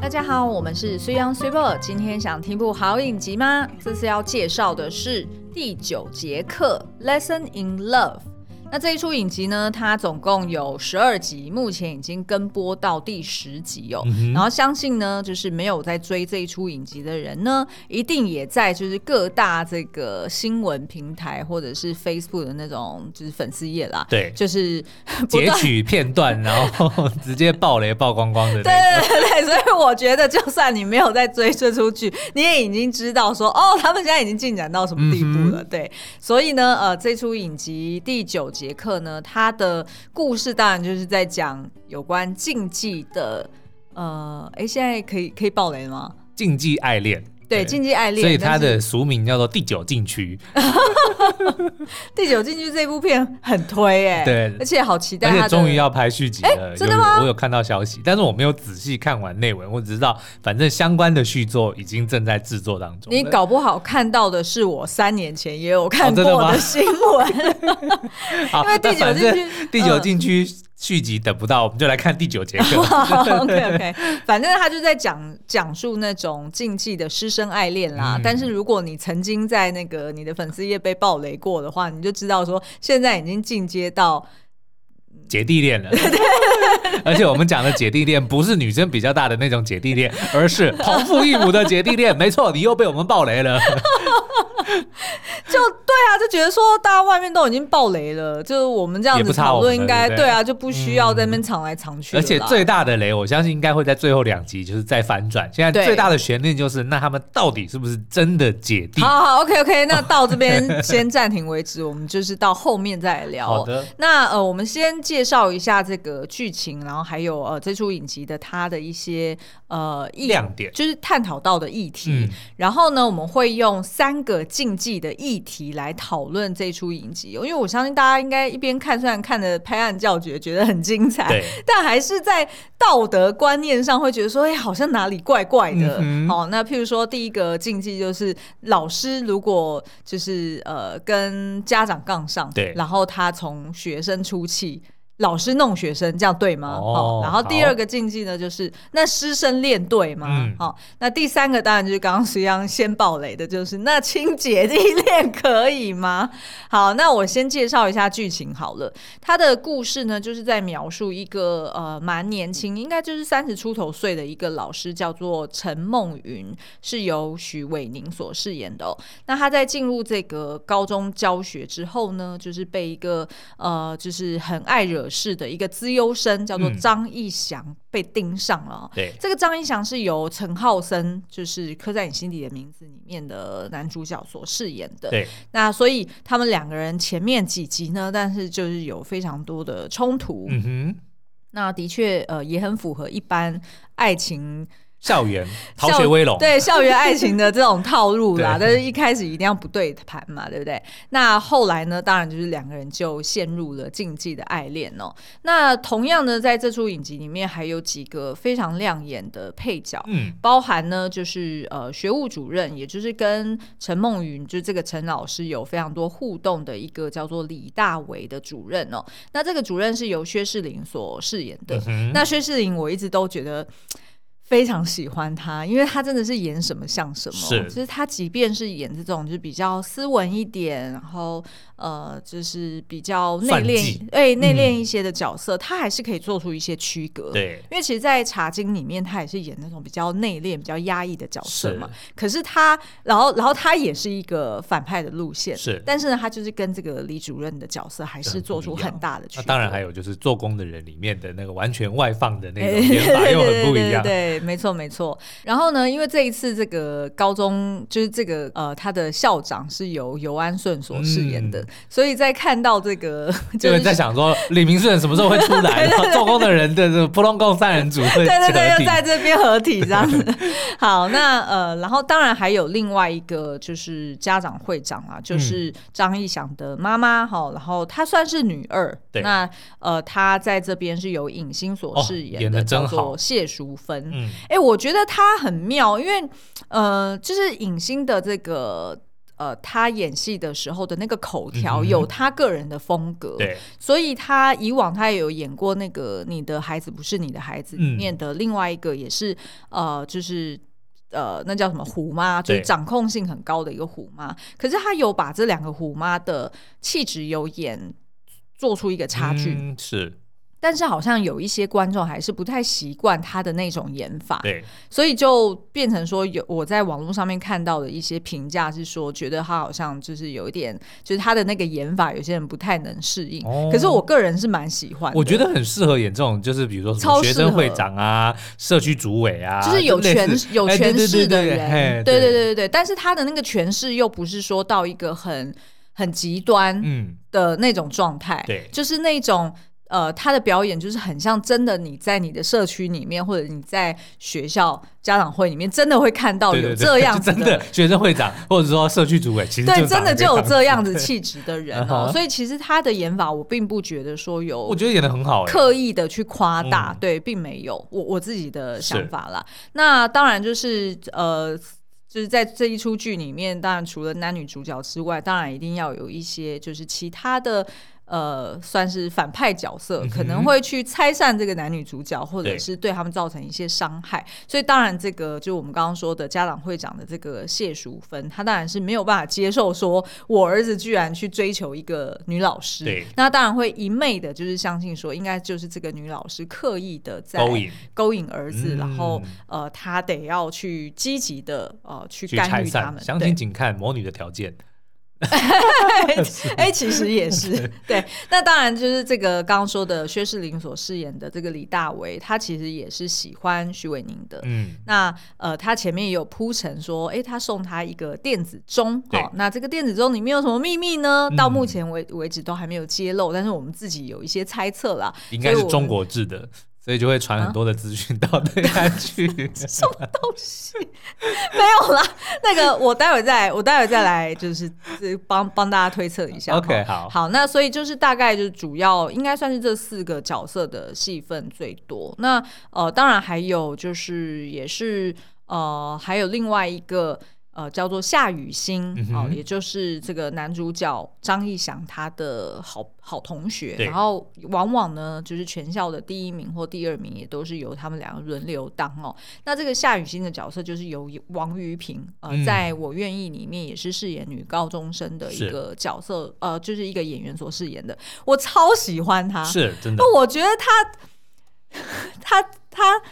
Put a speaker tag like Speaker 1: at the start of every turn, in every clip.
Speaker 1: 大家好，我们是虽阳虽波，今天想听部好影集吗？这次要介绍的是第九节课《Lesson in Love》。那这一出影集呢，它总共有十二集，目前已经跟播到第十集
Speaker 2: 嗯
Speaker 1: 哦。然后相信呢，就是没有在追这一出影集的人呢，一定也在就是各大这个新闻平台或者是 Facebook 的那种就是粉丝页啦，
Speaker 2: 对
Speaker 1: 就是 不
Speaker 2: 截
Speaker 1: 断
Speaker 2: 取 片段，然后直接爆雷爆光光的
Speaker 1: 对
Speaker 2: 那种。
Speaker 1: 对对对，所以我觉得，就算你没有在追这出剧，你也已经知道说，哦，他们现在已经进展到什么地步
Speaker 2: 嗯
Speaker 1: 了。对，所以呢，呃，这出影集第九节课呢，它的故事当然就是在讲有关竞技的，呃，哎，现在可以可以爆雷了吗？
Speaker 2: 竞技爱恋，
Speaker 1: 对，竞技爱恋，
Speaker 2: 所以它
Speaker 1: 但是
Speaker 2: 的俗名叫做第九禁区，
Speaker 1: 第九禁区这部片很推哎、
Speaker 2: 对
Speaker 1: 而且好期待
Speaker 2: 而
Speaker 1: 它
Speaker 2: 且
Speaker 1: 的，哎
Speaker 2: 终于要拍续集了。
Speaker 1: 真的
Speaker 2: 有
Speaker 1: 吗
Speaker 2: 我有看到消息，但是我没有仔细看完内文，我只知道反正相关的续作已经正在制作当中了。
Speaker 1: 你搞不好看到的是我三年前也有看
Speaker 2: 哦
Speaker 1: 过
Speaker 2: 真的吗
Speaker 1: 的新闻，
Speaker 2: 好，
Speaker 1: 因为第
Speaker 2: 那
Speaker 1: 九
Speaker 2: 反
Speaker 1: 禁
Speaker 2: 正
Speaker 1: 区，
Speaker 2: 第九
Speaker 1: 嗯
Speaker 2: 禁区续集等不到，我们就来看第九节课。
Speaker 1: OK OK，反正他就在讲讲述那种禁忌的师生爱恋啦。
Speaker 2: 嗯
Speaker 1: 但是如果你曾经在那个你的粉丝页被暴雷过的话，你就知道说现在已经进阶到
Speaker 2: 姐弟 恋了。而且我们讲的姐弟恋不是女生比较大的那种姐弟恋，而是同父异母的姐弟恋。没错，你又被我们爆 雷了。
Speaker 1: 就对啊，就觉得说大家外面都已经暴雷了，就是我们这样
Speaker 2: 也
Speaker 1: 子
Speaker 2: 不差
Speaker 1: 讨
Speaker 2: 我
Speaker 1: 论，
Speaker 2: 们
Speaker 1: 应
Speaker 2: 的
Speaker 1: 该
Speaker 2: 对不对嗯
Speaker 1: 对啊，就不需要在那边藏来藏去了
Speaker 2: 而
Speaker 1: 啦。
Speaker 2: 且最大的雷，我相信应该会在最后两集就是再反转。现在
Speaker 1: 对
Speaker 2: 最大的悬念就是，那他们到底是不是真的姐弟？
Speaker 1: 好好 OK OK，那 到这边先暂停为止，我们就是到后面再来聊。
Speaker 2: 好的，
Speaker 1: 那呃，我们先介绍一下这个剧情，然后还有呃这出影集的它的一些呃议
Speaker 2: 亮点
Speaker 1: 就是探讨到的议题。
Speaker 2: 嗯，
Speaker 1: 然后呢，我们会用三个竞技的议题来讨论这出影集，因为我相信大家应该一边看，虽然看的拍案叫绝，觉得很精彩，
Speaker 2: 对，
Speaker 1: 但还是在道德观念上会觉得说，哎，好像哪里怪怪的。
Speaker 2: 嗯哼
Speaker 1: 好，那譬如说第一个竞技就是老师如果就是呃跟家长杠上，
Speaker 2: 对
Speaker 1: 然后他从学生出气。老师弄学生，这样对吗？
Speaker 2: 哦
Speaker 1: 然后第二
Speaker 2: 好
Speaker 1: 个禁忌呢，就是那师生恋对吗？
Speaker 2: 嗯
Speaker 1: 好、那第三个当然就是刚刚徐阳先爆雷的，就是那亲姐弟恋可以吗？ 好，那我先介绍一下剧情好了。他的故事呢，就是在描述一个呃蛮年轻，应该就是三十出头岁的一个老师，叫做陈梦云，是由许玮宁所饰演的、哦。那他在进入这个高中教学之后呢，就是被一个呃，就是很爱惹事的一个资优生，叫做
Speaker 2: 嗯
Speaker 1: 张义祥，被盯上了哦、
Speaker 2: 对，
Speaker 1: 这个张一翔是由陈浩森，就是刻在你心底的名字里面的男主角所饰演的。
Speaker 2: 对，
Speaker 1: 那所以他们两个人前面几集呢，但是就是有非常多的冲突。
Speaker 2: 嗯哼，
Speaker 1: 那的确，呃，也很符合一般爱情
Speaker 2: 校园逃
Speaker 1: 校
Speaker 2: 学威龙，。
Speaker 1: 对校园爱情的这种套路啦但是一开始一定要不对盘嘛，对不对？那后来呢，当然就是两个人就陷入了禁忌的爱恋哦。那同样呢，在这出影集里面还有几个非常亮眼的配角，
Speaker 2: 嗯，
Speaker 1: 包含呢，就是呃学务主任，也就是跟陈梦云，就这个陈老师有非常多互动的一个叫做李大为的主任哦。那这个主任是由薛仕凌所饰演的。
Speaker 2: 嗯哼，
Speaker 1: 那薛仕凌，我一直都觉得。非常喜欢他，因为他真的是演什么像什么。
Speaker 2: 是
Speaker 1: 就是他即便是演这种就是比较斯文一点，然后呃，就是比较内
Speaker 2: 算
Speaker 1: 敛
Speaker 2: 计，
Speaker 1: 哎，内敛
Speaker 2: 嗯
Speaker 1: 一些的角色，他还是可以做出一些区隔。
Speaker 2: 对，
Speaker 1: 因为其实，在《茶经》里面，他也是演那种比较内敛、比较压抑的角色
Speaker 2: 是
Speaker 1: 嘛。可是他，然后，然后他也是一个反派的路线，
Speaker 2: 是
Speaker 1: 但是呢，他就是跟这个李主任的角色还是做出很大的区
Speaker 2: 那
Speaker 1: 别。
Speaker 2: 当然还有就是做工的人里面的那个完全外放的那
Speaker 1: 哎。
Speaker 2: 种演法又很不一
Speaker 1: 对对对。
Speaker 2: 样
Speaker 1: 对对没错没错。然后呢，因为这一次这个高中就是这个呃，他的校长是由尤安顺所饰演的，
Speaker 2: 嗯
Speaker 1: 所以在看到这 个
Speaker 2: 就
Speaker 1: 就
Speaker 2: 有
Speaker 1: 是
Speaker 2: 人在想说，李明顺什么时候会出来？然后做工的人的这个扑通共三人组会
Speaker 1: 对对对，
Speaker 2: 合
Speaker 1: 又在
Speaker 2: 体，
Speaker 1: 这边合体这 样子。好，那呃，然后当然还有另外一个就是家长会长啊，
Speaker 2: 嗯
Speaker 1: 就是张义祥的妈妈哈，然后她算是女二。
Speaker 2: 对
Speaker 1: 那呃，她在这边是由影星所
Speaker 2: 哦
Speaker 1: 饰演
Speaker 2: 演得真
Speaker 1: 叫做
Speaker 2: 好
Speaker 1: 谢淑芬。
Speaker 2: 嗯，
Speaker 1: 哎、我觉得她很妙，因为呃，就是影星的这个。呃，他演戏的时候的那个口
Speaker 2: 嗯
Speaker 1: 条
Speaker 2: 哼
Speaker 1: 有他个人的风格，
Speaker 2: 对，
Speaker 1: 所以他以往他也有演过那个《你的孩子不是你的孩子》里
Speaker 2: 嗯
Speaker 1: 面的另外一个，也是、呃，就是呃，那叫什么虎妈，就
Speaker 2: 对
Speaker 1: 是掌控性很高的一个虎妈。可是他有把这两个虎妈的气质有演做出一个差距，
Speaker 2: 嗯是
Speaker 1: 但是好像有一些观众还是不太习惯他的那种演法，
Speaker 2: 对，
Speaker 1: 所以就变成说有我在网络上面看到的一些评价是说，觉得他好像就是有一点，就是他的那个演法，有些人不太能适应。
Speaker 2: 哦
Speaker 1: 可是我个人是蛮喜欢的，
Speaker 2: 我觉得很适合演这种，就是比如说什么
Speaker 1: 啊超
Speaker 2: 学
Speaker 1: 适
Speaker 2: 生会
Speaker 1: 合
Speaker 2: 长啊、社区主委啊，
Speaker 1: 就是有
Speaker 2: 类
Speaker 1: 权
Speaker 2: 似
Speaker 1: 有
Speaker 2: 哎对
Speaker 1: 权
Speaker 2: 对
Speaker 1: 势的
Speaker 2: 哎对
Speaker 1: 人，
Speaker 2: 嘿
Speaker 1: 对对
Speaker 2: 对，
Speaker 1: 对对对。但是他的那个权势又不是说到一个很很极端
Speaker 2: 嗯，
Speaker 1: 的那种状态，
Speaker 2: 对
Speaker 1: 就是那种。呃，他的表演就是很像真的，你在你的社区里面，或者你在学校家长会里面，真的会看到哦
Speaker 2: 对
Speaker 1: 有
Speaker 2: 对对，
Speaker 1: 这样
Speaker 2: 就
Speaker 1: 子
Speaker 2: 真的学生会长或者说社区主委，其实
Speaker 1: 对，
Speaker 2: 长
Speaker 1: 真的
Speaker 2: 得
Speaker 1: 就有
Speaker 2: 子
Speaker 1: 这样子气质的人
Speaker 2: 嗯
Speaker 1: 哦
Speaker 2: 哼。
Speaker 1: 所以其实他的演法，我并不觉得说有
Speaker 2: 我觉得演的很好哎、
Speaker 1: 刻意的去夸大，
Speaker 2: 嗯
Speaker 1: 对，并没有我我自己的
Speaker 2: 是
Speaker 1: 想法啦。那当然就是呃，就是在这一出剧里面，当然除了男女主角之外，当然一定要有一些就是其他的。呃，算是反派角色，
Speaker 2: 嗯哼
Speaker 1: 可能会去拆散这个男女主角，或者
Speaker 2: 对
Speaker 1: 是对他们造成一些伤害。所以，当然这个就我们刚刚说的家长会长的这个谢淑芬，她当然是没有办法接受，说我儿子居然去追求一个女老师。
Speaker 2: 对
Speaker 1: 那当然会一昧的，就是相信说，应该就是这个女老师刻意的在
Speaker 2: 勾引
Speaker 1: 勾引儿子，
Speaker 2: 嗯
Speaker 1: 然后呃，她得要去积极的呃去
Speaker 2: 去
Speaker 1: 干
Speaker 2: 拆
Speaker 1: 预他们
Speaker 2: 散。。详
Speaker 1: 对
Speaker 2: 情，请看《魔女的条件》。
Speaker 1: 哎、其实也是对。那当然就是这个刚刚说的薛仕凌所饰演的这个李大为，他其实也是喜欢徐伟宁的。
Speaker 2: 嗯，
Speaker 1: 那呃，他前面也有铺陈说，诶，他送他一个电子钟，
Speaker 2: 对
Speaker 1: 哦，那这个电子钟里面有什么秘密呢？
Speaker 2: 嗯
Speaker 1: 到目前为为止都还没有揭露，但是我们自己有一些猜测啦。
Speaker 2: 应该是中国制的，所以就会
Speaker 1: 嗯
Speaker 2: 传很多的资讯到对岸 去。
Speaker 1: 什么东西？没有啦，那个我待会再，我待会再来，就是呃帮帮大家推测一下。
Speaker 2: OK，
Speaker 1: 哦
Speaker 2: 好
Speaker 1: 好，那所以就是大概就是主要应该算是这四个角色的戏份最多。那呃，当然还有就是也是呃，还有另外一个。呃，叫做夏雨欣
Speaker 2: 嗯，
Speaker 1: 哦、
Speaker 2: 哼
Speaker 1: 也就是这个男主角张逸翔他的好好同学，
Speaker 2: 对
Speaker 1: 然后往往呢，就是全校的第一名或第二名也都是由他们两个轮流当哦。那这个夏雨欣的角色就是由王于平，呃，
Speaker 2: 嗯
Speaker 1: 在我愿意里面也是饰演女高中生的一
Speaker 2: 是
Speaker 1: 个角色，呃，就是一个演员所饰演的。我超喜欢他，
Speaker 2: 是真的
Speaker 1: 啊那我觉得他 他他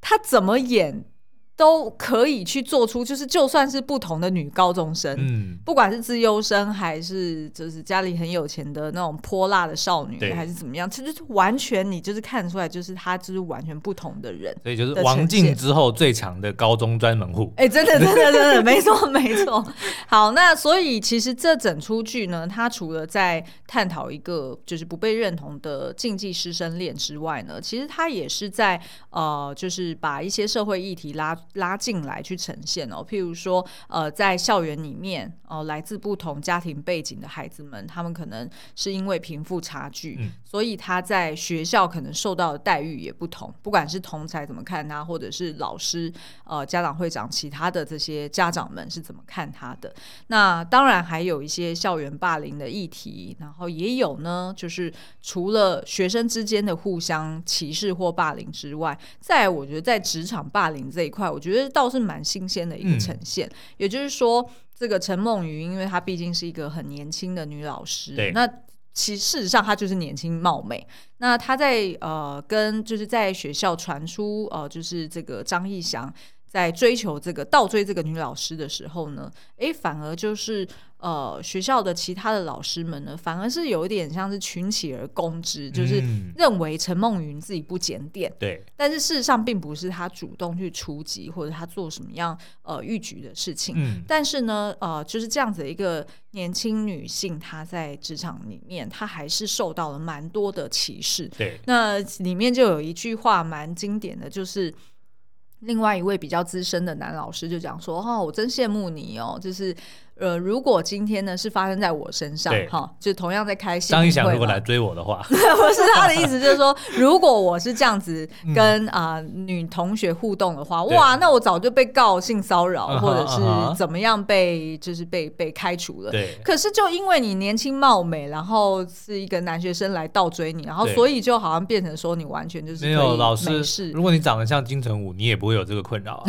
Speaker 1: 他怎么演都可以去做出，就是就算是不同的女高中生，
Speaker 2: 嗯，
Speaker 1: 不管是自优生还是就是家里很有钱的那种泼辣的少女，
Speaker 2: 对
Speaker 1: 还是怎么样，这就是完全你就是看得出来，就是她就是完全不同的人。
Speaker 2: 所以就是
Speaker 1: 的
Speaker 2: 王
Speaker 1: 呈
Speaker 2: 静
Speaker 1: 现
Speaker 2: 之后最强的高中专门户。
Speaker 1: 哎、真的，真的，真的，没错，没错。好，那所以其实这整出剧呢，它除了在探讨一个就是不被认同的竞技师生恋之外呢，其实它也是在呃，就是把一些社会议题拉拉进来去呈现哦。譬如说，呃，在校园里面，哦、来自不同家庭背景的孩子们，他们可能是因为贫富差距，
Speaker 2: 嗯
Speaker 1: 所以他在学校可能受到的待遇也不同，不管是同才怎么看他，或者是老师、呃家长会长、其他的这些家长们是怎么看他的。那当然还有一些校园霸凌的议题，然后也有呢，就是除了学生之间的互相歧视或霸凌之外，再来我觉得在职场霸凌这一块，我觉得倒是蛮新鲜的一个
Speaker 2: 嗯
Speaker 1: 呈现。也就是说，这个陈梦云，因为她毕竟是一个很年轻的女老师
Speaker 2: 对，
Speaker 1: 那。其事实上，她就是年轻貌美。那她在呃，跟就是在学校传出呃，就是这个张逸翔在追求这个倒追这个女老师的时候呢，诶，反而就是呃，学校的其他的老师们呢，反而是有一点像是群起而攻之，就是
Speaker 2: 嗯
Speaker 1: 认为陈梦云自己不检点，
Speaker 2: 对，
Speaker 1: 但是事实上并不是他主动去出击或者他做什么样呃逾矩的事情。
Speaker 2: 嗯，
Speaker 1: 但是呢，呃，就是这样子的一个年轻女性，她在职场里面，她还是受到了蛮多的歧视。
Speaker 2: 对，
Speaker 1: 那里面就有一句话蛮经典的，就是另外一位比较资深的男老师就讲说：“哦，我真羡慕你哦，就是呃，如果今天呢是发生在我身上
Speaker 2: 对，
Speaker 1: 哈，就同样在开新
Speaker 2: 张一
Speaker 1: 一
Speaker 2: 翔
Speaker 1: 翔
Speaker 2: 如果来追我的话，
Speaker 1: 不是他的意思，就是 说，如果我是这样子跟啊、女同学互动的话，
Speaker 2: 嗯对
Speaker 1: 哇，那我早就被告性骚扰，
Speaker 2: 嗯哼
Speaker 1: 或者
Speaker 2: 嗯哼
Speaker 1: 是怎么样被就是被被开除了。
Speaker 2: 对
Speaker 1: 可是就因为你年轻貌美，然后是一个男学生来倒追你，然后
Speaker 2: 对
Speaker 1: 所以就好像变成说你完全就是
Speaker 2: 没
Speaker 1: 可
Speaker 2: 有
Speaker 1: 以
Speaker 2: 老
Speaker 1: 没
Speaker 2: 师，
Speaker 1: 事
Speaker 2: 如果你长得像金城武，你也不会有这个困扰啊。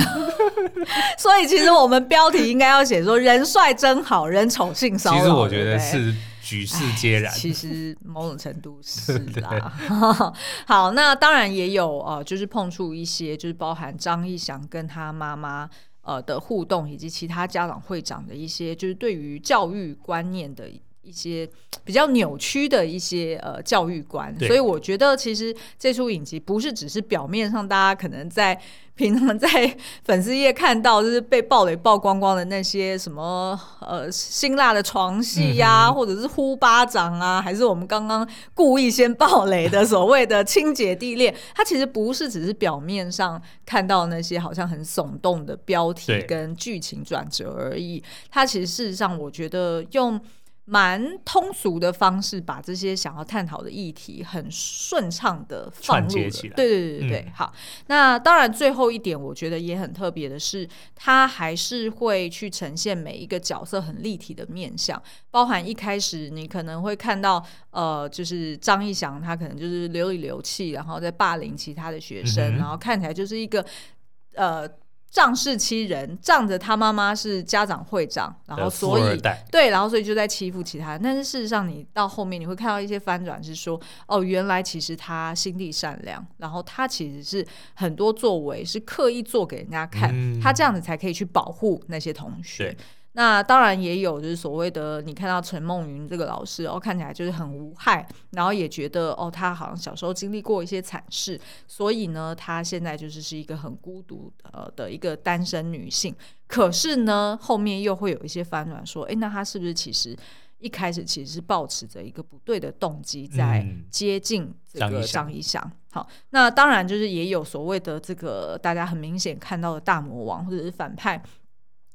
Speaker 1: 所以其实我们标题应该要写说“人帅真好，人丑性骚扰”。
Speaker 2: 其实我觉
Speaker 1: 对不
Speaker 2: 得
Speaker 1: 对
Speaker 2: 是举世皆然，
Speaker 1: 其实某种程度是啦。 好，那当然也有呃，就是碰触一些，就是包含张义祥跟他妈妈。呃的互动，以及其他家长会长的一些，就是对于教育观念的一些比较扭曲的一些呃教育观，
Speaker 2: 对
Speaker 1: 所以我觉得其实这出影集不是只是表面上大家可能在平常在粉丝页看到就是被暴雷曝光光的那些什么呃辛辣的床戏呀、
Speaker 2: 嗯
Speaker 1: 或者是呼巴掌啊，还是我们刚刚故意先暴雷的所谓的亲姐弟恋，它其实不是只是表面上看到那些好像很耸动的标题
Speaker 2: 对
Speaker 1: 跟剧情转折而已。它其实事实上，我觉得用蛮通俗的方式，把这些想要探讨的议题很顺畅的
Speaker 2: 串接起来
Speaker 1: 对对对对对，
Speaker 2: 嗯
Speaker 1: 好。那当然，最后一点我觉得也很特别的是，它还是会去呈现每一个角色很立体的面相，包含一开始你可能会看到，呃，就是张义祥他可能就是流里流气，然后在霸凌其他的学生，
Speaker 2: 嗯哼
Speaker 1: 然后看起来就是一个呃。仗势欺人，仗着他妈妈是家长会长，然后
Speaker 2: 的呃富
Speaker 1: 所
Speaker 2: 二
Speaker 1: 以
Speaker 2: 代，
Speaker 1: 对，然后所以就在欺负其他人。但是事实上，你到后面你会看到一些翻转，是说哦，原来其实他心地善良，然后他其实是很多作为是刻意做给人家看，
Speaker 2: 嗯
Speaker 1: 他这样子才可以去保护那些同学
Speaker 2: 对。
Speaker 1: 那当然也有，就是所谓的你看到陈梦云这个老师哦，看起来就是很无害，然后也觉得哦，他好像小时候经历过一些惨事，所以呢，她现在就是是一个很孤独呃的一个单身女性。可是呢，后面又会有一些翻转，说，诶，那她是不是其实一开始其实是抱持着一个不对的动机在
Speaker 2: 嗯
Speaker 1: 接近这
Speaker 2: 张
Speaker 1: 个
Speaker 2: 一翔
Speaker 1: 张一翔？好，那当然就是也有所谓的这个大家很明显看到的大魔王或者是反派。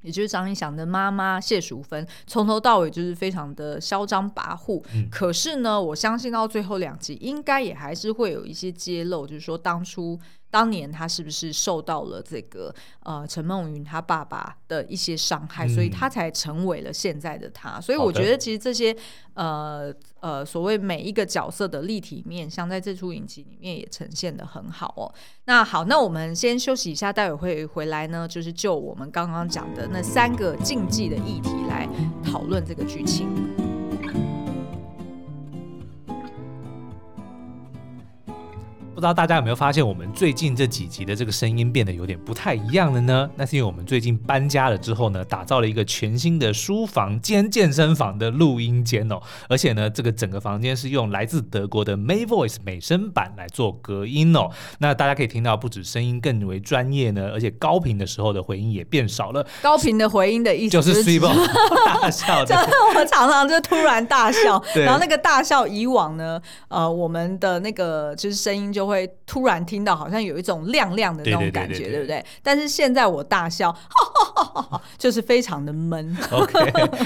Speaker 1: 也就是张一翔的妈妈谢淑芬，从头到尾就是非常的嚣张跋扈。
Speaker 2: 嗯
Speaker 1: 可是呢，我相信到最后两集，应该也还是会有一些揭露，就是说当初当年他是不是受到了这个呃陈梦云他爸爸的一些伤害，
Speaker 2: 嗯
Speaker 1: 所以他才成为了现在的他。所以我
Speaker 2: 好的
Speaker 1: 觉得其实这些呃呃所谓每一个角色的立体面，像在这出影集里面也呈现的很好哦。那好，那我们先休息一下，待会会回来呢，就是就我们刚刚讲的那三个禁忌的议题来讨论这个剧情。
Speaker 2: 不知道大家有没有发现，我们最近这几集的这个声音变得有点不太一样了呢？那是因为我们最近搬家了之后呢，打造了一个全新的书房兼健身房的录音间哦，而且呢，这个整个房间是用来自德国的 May Voice 美声版来做隔音哦。那大家可以听到，不止声音更为专业呢，而且高频的时候的回音也变少了，
Speaker 1: 高频的回音的意思
Speaker 2: 就是 s
Speaker 1: 指
Speaker 2: u p 大笑
Speaker 1: 就
Speaker 2: 的，
Speaker 1: 是。我常常就突然大笑
Speaker 2: 对
Speaker 1: 然后那个大笑，以往呢，呃，我们的那个就是声音就会突然听到，好像有一种亮亮的那
Speaker 2: 对
Speaker 1: 种
Speaker 2: 对对
Speaker 1: 感
Speaker 2: 对
Speaker 1: 觉，
Speaker 2: 对
Speaker 1: 对不对？但是现在我大笑， 就是非常的闷。
Speaker 2: OK，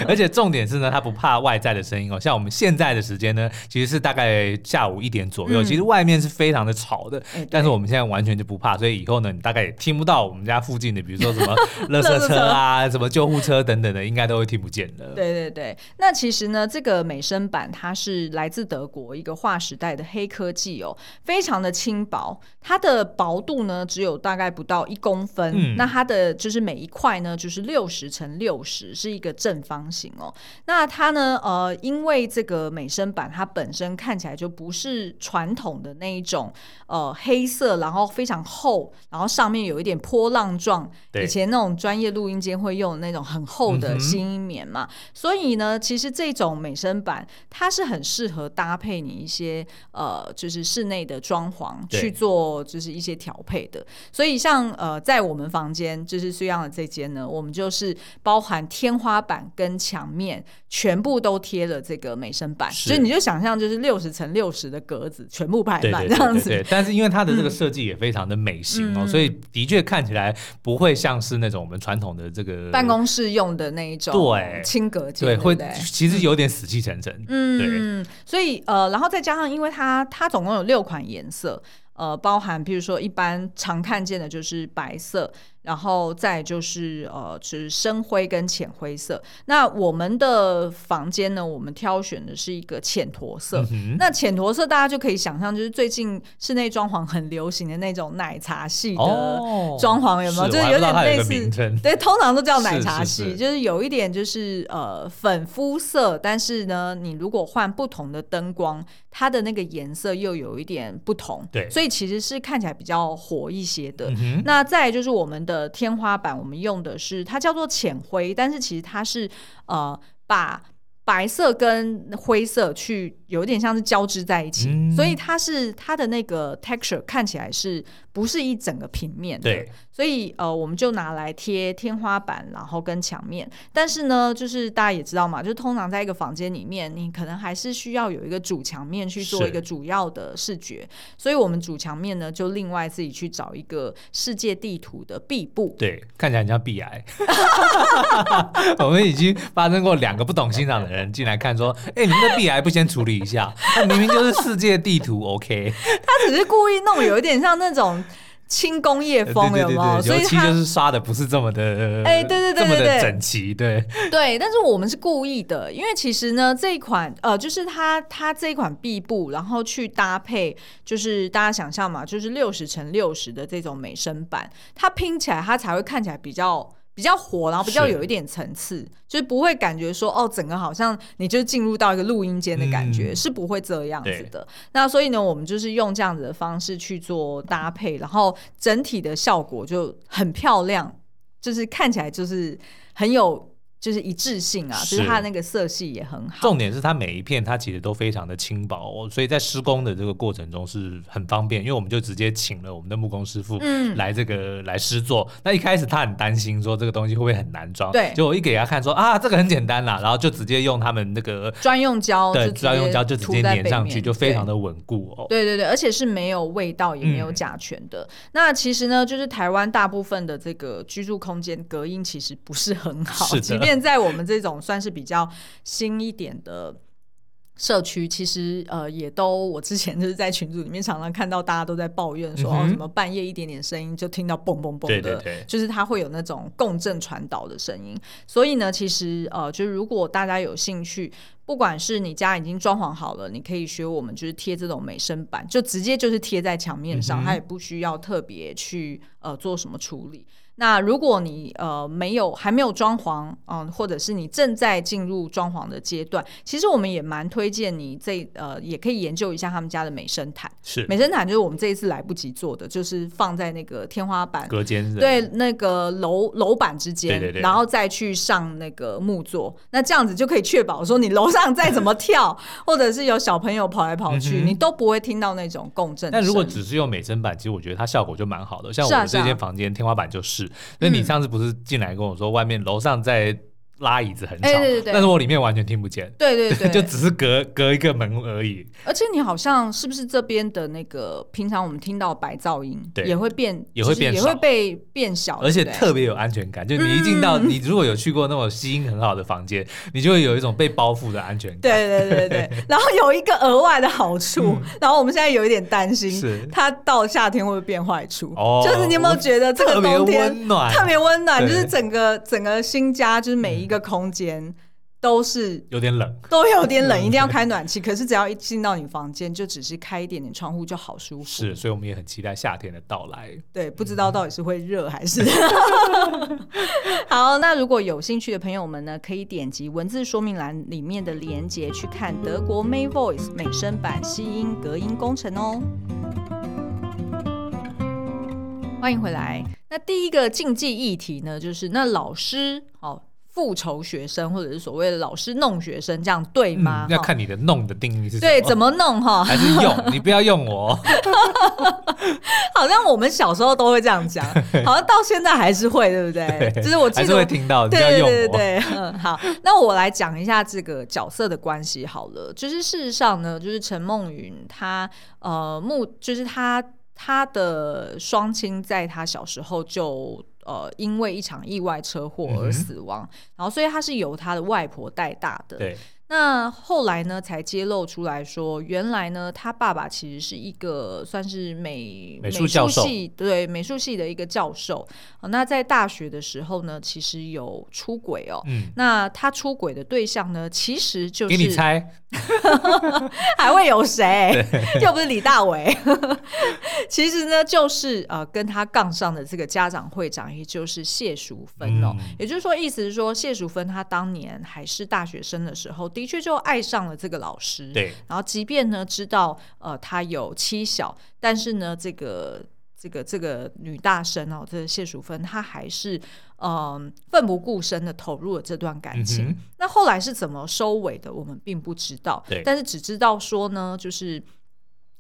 Speaker 2: 而 且重点是呢，它不怕外在的声音哦。像我们现在的时间呢，其实是大概下午一点左右，
Speaker 1: 嗯
Speaker 2: 其实外面是非常的吵的，
Speaker 1: 哎对
Speaker 2: 但是我们现在完全就不怕，所以以后呢，你大概也听不到我们家附近的，比如说什 么垃圾车啊、什么救护车等等的，应该都会听不见的。
Speaker 1: 对对对，那其实呢，这个美声版它是来自德国一个划时代的黑科技哦，非常的轻薄，它的薄度呢只有大概不到一公分，
Speaker 2: 嗯
Speaker 1: 那它的就是每一块呢就是六十乘六十，是一个正方形哦。那它呢，呃，因为这个美声版它本身看起来就不是传统的那一种呃黑色，然后非常厚，然后上面有一点波浪状，
Speaker 2: 对
Speaker 1: 以前那种专业录音间会用的那种很厚
Speaker 2: 嗯
Speaker 1: 的
Speaker 2: 哼
Speaker 1: 吸音棉嘛。所以呢，其实这种美声版它是很适合搭配你一些呃，就是室内的装潢潢
Speaker 2: 对
Speaker 1: 去做，就是一些调配的。所以像呃，在我们房间，就是苏样的这间呢，我们就是包含天花板跟墙面全部都贴了这个美声板，
Speaker 2: 是
Speaker 1: 所以你就想象就是六十乘六十的格子全部排
Speaker 2: 对
Speaker 1: 满
Speaker 2: 对
Speaker 1: 这
Speaker 2: 对
Speaker 1: 样
Speaker 2: 对
Speaker 1: 子。
Speaker 2: 对，但是因为它的这个设计也非常的美型哦，
Speaker 1: 嗯
Speaker 2: 所以的确看起来不会像是那种我们传统的这个
Speaker 1: 办公室用的那一种
Speaker 2: 对
Speaker 1: 轻隔间，
Speaker 2: 对，
Speaker 1: 对
Speaker 2: 会
Speaker 1: 不对
Speaker 2: 其实有点死气沉沉。
Speaker 1: 嗯，所以呃，然后再加上，因为它它总共有六款颜色，呃，包含比如说一般常看见的就是白色，然后再就是呃，就是深灰跟浅灰色。那我们的房间呢，我们挑选的是一个浅驼色。
Speaker 2: 嗯哼
Speaker 1: 那浅驼色大家就可以想象，就是最近室内装潢很流行的那种奶茶系的
Speaker 2: 哦
Speaker 1: 装潢有没有？
Speaker 2: 是
Speaker 1: 就
Speaker 2: 我
Speaker 1: 有
Speaker 2: 还不知
Speaker 1: 点
Speaker 2: 道它有
Speaker 1: 类
Speaker 2: 一个
Speaker 1: 似
Speaker 2: 名称
Speaker 1: 对，通常都叫奶茶系，
Speaker 2: 是是是
Speaker 1: 就是有一点就是呃粉肤色，但是呢，你如果换不同的灯光，它的那个颜色又有一点不同，
Speaker 2: 对
Speaker 1: 所以其实是看起来比较火一些的。
Speaker 2: 嗯哼，
Speaker 1: 那再来就是我们的天花板，我们用的是它叫做浅灰，但是其实它是呃把白色跟灰色去有点像是交织在一起，
Speaker 2: 嗯
Speaker 1: 所以它是它的那个 texture 看起来是不是一整个平面的？
Speaker 2: 对，
Speaker 1: 所以呃，我们就拿来贴天花板，然后跟墙面。但是呢，就是大家也知道嘛，就通常在一个房间里面，你可能还是需要有一个主墙面去做
Speaker 2: 是
Speaker 1: 一个主要的视觉。所以我们主墙面呢，就另外自己去找一个世界地图的壁布。
Speaker 2: 对，看起来很像 B 癌。 我们已经发生过两个不懂欣赏的人进来看，说：“哎、你们的 B 癌不先处理一下？那明明就是世界地图，OK？
Speaker 1: 他只是故意弄，有一点像那种轻工业
Speaker 2: 对
Speaker 1: 风，
Speaker 2: 对
Speaker 1: 有
Speaker 2: 对
Speaker 1: 没有？所
Speaker 2: 对，
Speaker 1: 以
Speaker 2: 油漆
Speaker 1: 它
Speaker 2: 就是刷的不是这么的，
Speaker 1: 哎对对对
Speaker 2: 这么
Speaker 1: 对对
Speaker 2: 的整齐，对，
Speaker 1: 对，但是我们是故意的，因为其实呢，这一款呃，就是它它这一款壁布，然后去搭配，就是大家想象嘛，就是六十乘六十的这种美声版，它拼起来它才会看起来比较。比较活，然后比较
Speaker 2: 是
Speaker 1: 有一点层次，就是不会感觉说哦，整个好像你就进入到一个录音间的感觉，
Speaker 2: 嗯
Speaker 1: 是不会这样子
Speaker 2: 对
Speaker 1: 的。那所以呢，我们就是用这样子的方式去做搭配，然后整体的效果就很漂亮，就是看起来就是很有就是一致性啊，
Speaker 2: 是
Speaker 1: 就是它那个色系也很好。
Speaker 2: 重点是它每一片它其实都非常的轻薄、哦，所以在施工的这个过程中是很方便，因为我们就直接请了我们的木工师傅
Speaker 1: 嗯
Speaker 2: 来这个、来施作。那一开始他很担心说这个东西会不会很难装，
Speaker 1: 对
Speaker 2: 结果一给他看说啊这个很 简单啦，然后就直接用他们那个
Speaker 1: 专用胶
Speaker 2: 对
Speaker 1: 就哦直接
Speaker 2: 专用胶就直接
Speaker 1: 涂在
Speaker 2: 粘上去，
Speaker 1: 背面
Speaker 2: 就非常的稳固哦。
Speaker 1: 对对对，而且是没有味道，也没有
Speaker 2: 嗯
Speaker 1: 甲醛的。那其实呢，就是台湾大部分的这个居住空间隔音其实不是很
Speaker 2: 是
Speaker 1: 好，
Speaker 2: 的
Speaker 1: 即便在我们这种算是比较新一点的。社区其实呃也都，我之前就是在群组里面常常看到大家都在抱怨说、
Speaker 2: 嗯哼
Speaker 1: 哦什么半夜一点点声音就听到嘣嘣嘣的，
Speaker 2: 对对对
Speaker 1: 就是它会有那种共振传导的声音。所以呢，其实呃，就是如果大家有兴趣，不管是你家已经装潢好了，你可以学我们就是贴这种美声板，就直接就是贴在墙面上，
Speaker 2: 嗯哼
Speaker 1: 它也不需要特别去呃做什么处理。那如果你呃没有还没有装潢，嗯、或者是你正在进入装潢的阶段，其实我们也蛮推荐你这呃也可以研究一下他们家的美声毯。
Speaker 2: 是
Speaker 1: 美声毯就是我们这一次来不及做的，就是放在那个天花板
Speaker 2: 隔间人，
Speaker 1: 对那个楼楼板之间，
Speaker 2: 对对对
Speaker 1: 然后再去上那个木座，那这样子就可以确保说你楼上再怎么 跳，或者是有小朋友跑来跑去，
Speaker 2: 嗯哼
Speaker 1: 你都不会听到那种共振声。
Speaker 2: 但如果只是用美声板，其实我觉得它效果就蛮好的。像我
Speaker 1: 是啊
Speaker 2: 们这
Speaker 1: 是
Speaker 2: 间
Speaker 1: 啊
Speaker 2: 房间天花板就是，那你
Speaker 1: 嗯
Speaker 2: 上次不是进来跟我说外面楼上在拉椅子很吵
Speaker 1: 哎，对对对
Speaker 2: 但是我里面完全听不见，
Speaker 1: 对对对，
Speaker 2: 就只是隔隔一个门而已。
Speaker 1: 而且你好像是不是这边的那个平常我们听到白噪音
Speaker 2: 对
Speaker 1: 也会变，
Speaker 2: 也会变
Speaker 1: 就是也会
Speaker 2: 少
Speaker 1: 被变小，
Speaker 2: 而且
Speaker 1: 对不对嗯
Speaker 2: 特别有安全感，就你一进到、你如果有去过那种吸音很好的房间，你就会有一种被包覆的安全感。
Speaker 1: 对对对对 对，然后有一个额外的好处，然后我们现在有一点担心，
Speaker 2: 嗯是
Speaker 1: 它到夏天会不会变坏处？
Speaker 2: 哦
Speaker 1: 就是你有没有觉得这个
Speaker 2: 特别
Speaker 1: 冬天
Speaker 2: 温暖啊
Speaker 1: 特别温暖，
Speaker 2: 哎对
Speaker 1: 就是整个整个新家，就是每一个空间都是。
Speaker 2: 有点冷，
Speaker 1: 都有点冷，一定要开暖气。可是只要一进到你房间，就只是开一点点窗户就好舒服。
Speaker 2: 是，所以我们也很期待夏天的到来。
Speaker 1: 对，不知道到底是会热还是 好。那如果有兴趣的朋友们呢，可以点击文字说明栏里面的连接去看德国 May Voice 美声版吸音隔音工程哦。欢迎回来。那第一个禁忌议题呢，就是那老师哦。复仇学生，或者是所谓的老师弄学生，这样对吗？
Speaker 2: 嗯要
Speaker 1: 哈
Speaker 2: 看你的弄的定义是什么
Speaker 1: 对怎么弄哈，
Speaker 2: 还是用，你不要用我。
Speaker 1: 好像我们小时候都会这样讲，好像到现在还是会，对不 对？哎就是我
Speaker 2: 还
Speaker 1: 记
Speaker 2: 是
Speaker 1: 得
Speaker 2: 会
Speaker 1: 我
Speaker 2: 听到，你不要
Speaker 1: 对
Speaker 2: 用
Speaker 1: 对对
Speaker 2: 我。
Speaker 1: 对，嗯，好，那我来讲一下这个角色的关系好了。就是事实上呢，就是陈梦云她呃目，就是她她的双亲在她小时候就。呃，因为一场意外车祸
Speaker 2: 嗯
Speaker 1: 而死亡，然后所以她是由她的外婆带大的。
Speaker 2: 对，
Speaker 1: 那后来呢，才揭露出来说，原来呢，他爸爸其实是一个算是美
Speaker 2: 美术教授
Speaker 1: 系对美术系的一个教授、哦那在大学的时候呢，其实有出轨哦。
Speaker 2: 嗯，
Speaker 1: 那他出轨的对象呢，其实就
Speaker 2: 给你
Speaker 1: 是
Speaker 2: 猜，
Speaker 1: 还会有谁？又不是李大为。 其实呢，就是呃，跟他杠上的这个家长会长，也就是谢淑芬哦。
Speaker 2: 嗯
Speaker 1: 也就是说，意思是说，谢淑芬她当年还是大学生的时候，的确就爱上了这个老师。
Speaker 2: 对，嗯
Speaker 1: 然后即便呢知道呃他有妻小，但是呢这个这个这个女大生哦，这个谢淑芬，她还是嗯、奋不顾身的投入了这段感
Speaker 2: 嗯
Speaker 1: 情。
Speaker 2: 哼，
Speaker 1: 那后来是怎么收尾的，我们并不知道
Speaker 2: 对，
Speaker 1: 但是只知道说呢，就是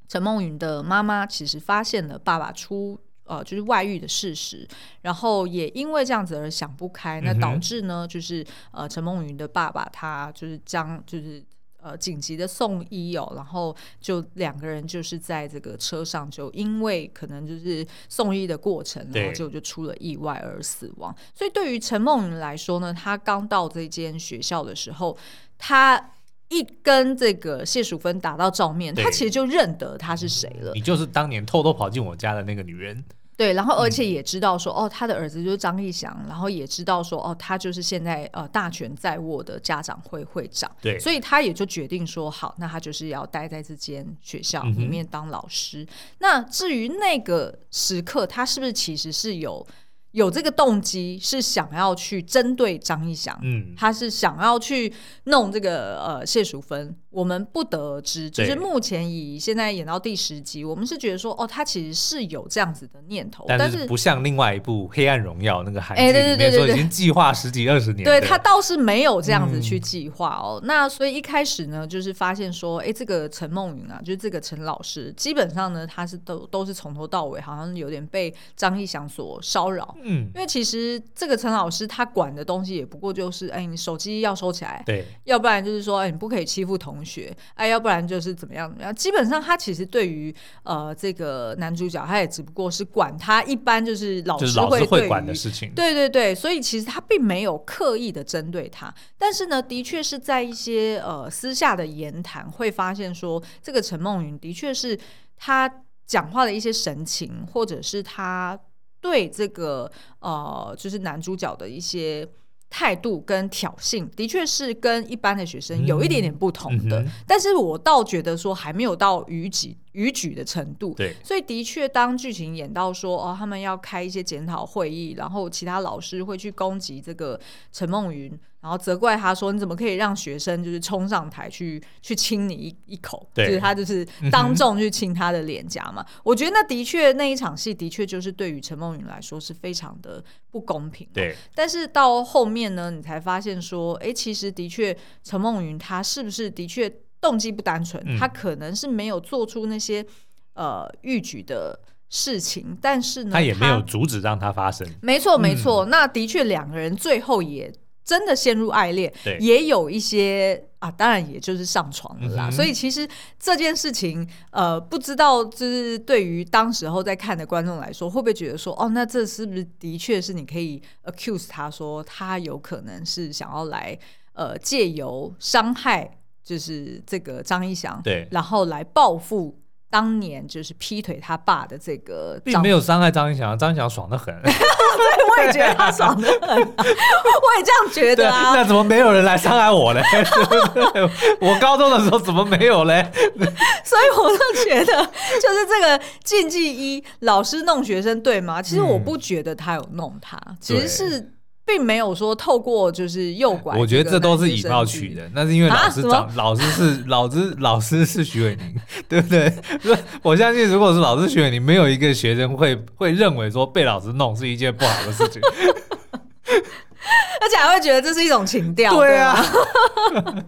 Speaker 1: 陈梦云的妈妈其实发现了爸爸出。呃，就是外遇的事实，然后也因为这样子而想不开，那
Speaker 2: 嗯哼
Speaker 1: 导致呢，就是呃，陈梦云的爸爸他就是将就是呃紧急的送医哦，然后就两个人就是在这个车上就因为可能就是送医的过程，然后
Speaker 2: 对
Speaker 1: 就就出了意外而死亡。所以对于陈梦云来说呢，她刚到这间学校的时候，她一跟这个谢淑芬打到照面，
Speaker 2: 对
Speaker 1: 她其实就认得她是谁了。
Speaker 2: 你就是当年偷偷跑进我家的那个女人。
Speaker 1: 对，然后而
Speaker 2: 嗯
Speaker 1: 且也知道说，哦，他的儿子就是张义祥，然后也知道说，哦，他就是现在呃大权在握的家长会会长，
Speaker 2: 对
Speaker 1: 所以他也就决定说，好，那他就是要待在这间学校
Speaker 2: 嗯哼
Speaker 1: 里面当老师。那至于那个时刻，他是不是其实是有有这个动机，是想要去针对张义祥？
Speaker 2: 嗯，
Speaker 1: 他是想要去弄这个呃谢淑芬，我们不得而知。就
Speaker 2: 对
Speaker 1: 是目前以现在演到第十集，我们是觉得说，哦，他其实是有这样子的念头，哦但
Speaker 2: 但是不像另外一部《黑暗荣耀》那个韩剧
Speaker 1: 哎对
Speaker 2: 里
Speaker 1: 对
Speaker 2: 面
Speaker 1: 对
Speaker 2: 说已
Speaker 1: 对
Speaker 2: 经计划十几二十年
Speaker 1: 对
Speaker 2: 的，
Speaker 1: 他倒是没有这样子
Speaker 2: 嗯
Speaker 1: 去计划哦。那所以一开始呢，就是发现说，哎，这个陈梦云啊，就是这个陈老师，基本上呢，他是都都是从头到尾好像有点被张义祥所骚扰。
Speaker 2: 嗯，
Speaker 1: 因为其实这个陈老师他管的东西也不过就是，哎，你手机要收起来，
Speaker 2: 对，
Speaker 1: 要不然就是说，哎，你不可以欺负同学，哎，要不然就是怎么样怎么样。基本上，他其实对于呃这个男主角，他也只不过是管他一般就是老
Speaker 2: 就是
Speaker 1: 师
Speaker 2: 老
Speaker 1: 会
Speaker 2: 师
Speaker 1: 对
Speaker 2: 会
Speaker 1: 于
Speaker 2: 管的事情。
Speaker 1: 对对对，所以其实他并没有刻意的针对他，但是呢，的确是在一些呃私下的言谈会发现说，这个陈梦云的确是他讲话的一些神情，或者是他对这个呃就是男主角的一些。态度跟挑衅的确是跟一般的学生有一点点不同的，
Speaker 2: 嗯哼
Speaker 1: 但是我倒觉得说还没有到逾矩逾矩的程度，
Speaker 2: 对，
Speaker 1: 所以的确，当剧情演到说哦，他们要开一些检讨会议，然后其他老师会去攻击这个陈梦云，然后责怪他说你怎么可以让学生就是冲上台去去亲你一一口，就
Speaker 2: 对
Speaker 1: 是他就是当众去亲他的脸颊嘛。我觉得那的确那一场戏的确就是对于陈梦云来说是非常的不公平、的。
Speaker 2: 对，
Speaker 1: 但是到后面呢，你才发现说，哎，其实的确，陈梦云她是不是的确动机不单纯？
Speaker 2: 嗯
Speaker 1: 她可能是没有做出那些呃逾矩的事情，但是呢，
Speaker 2: 他也没有，阻止让它发生。
Speaker 1: 没错，没错。那的确，两个人最后也真的陷入爱恋，
Speaker 2: 对
Speaker 1: 也有一些啊，当然也就是上床了啦。
Speaker 2: 嗯哼
Speaker 1: 所以其实这件事情，呃，不知道就是对于当时候在看的观众来说，会不会觉得说，哦，那这是不是的确是你可以 accuse 他说他有可能是想要来呃借由伤害就是这个张一翔，
Speaker 2: 对
Speaker 1: 然后来报复。当年就是劈腿他爸的这个
Speaker 2: 并
Speaker 1: 丈夫
Speaker 2: 没有伤害张一翔，张一翔爽 的很。啊
Speaker 1: 我也觉得他爽的 很、啊，我也这样觉
Speaker 2: 对
Speaker 1: 得
Speaker 2: 啊，
Speaker 1: 啊。
Speaker 2: 那怎么没有人来伤害我嘞？ 对不对我高中的时候怎么没有嘞？
Speaker 1: 所以我就觉得，就是这个禁忌一老师弄学生对吗？其实
Speaker 2: 嗯
Speaker 1: 我不觉得他有弄他，其实是并没有说透过就是诱拐。
Speaker 2: 我觉得这都是以貌取。人，那是因为
Speaker 1: 啊
Speaker 2: 老师
Speaker 1: 什
Speaker 2: 长，老师是老师，老师是徐伟宁，对不对？我相信，如果是老师徐伟宁，没有一个学生会会认为说被老师弄是一件不好的事情。
Speaker 1: 而且还会觉得这是一种情调。
Speaker 2: 对啊，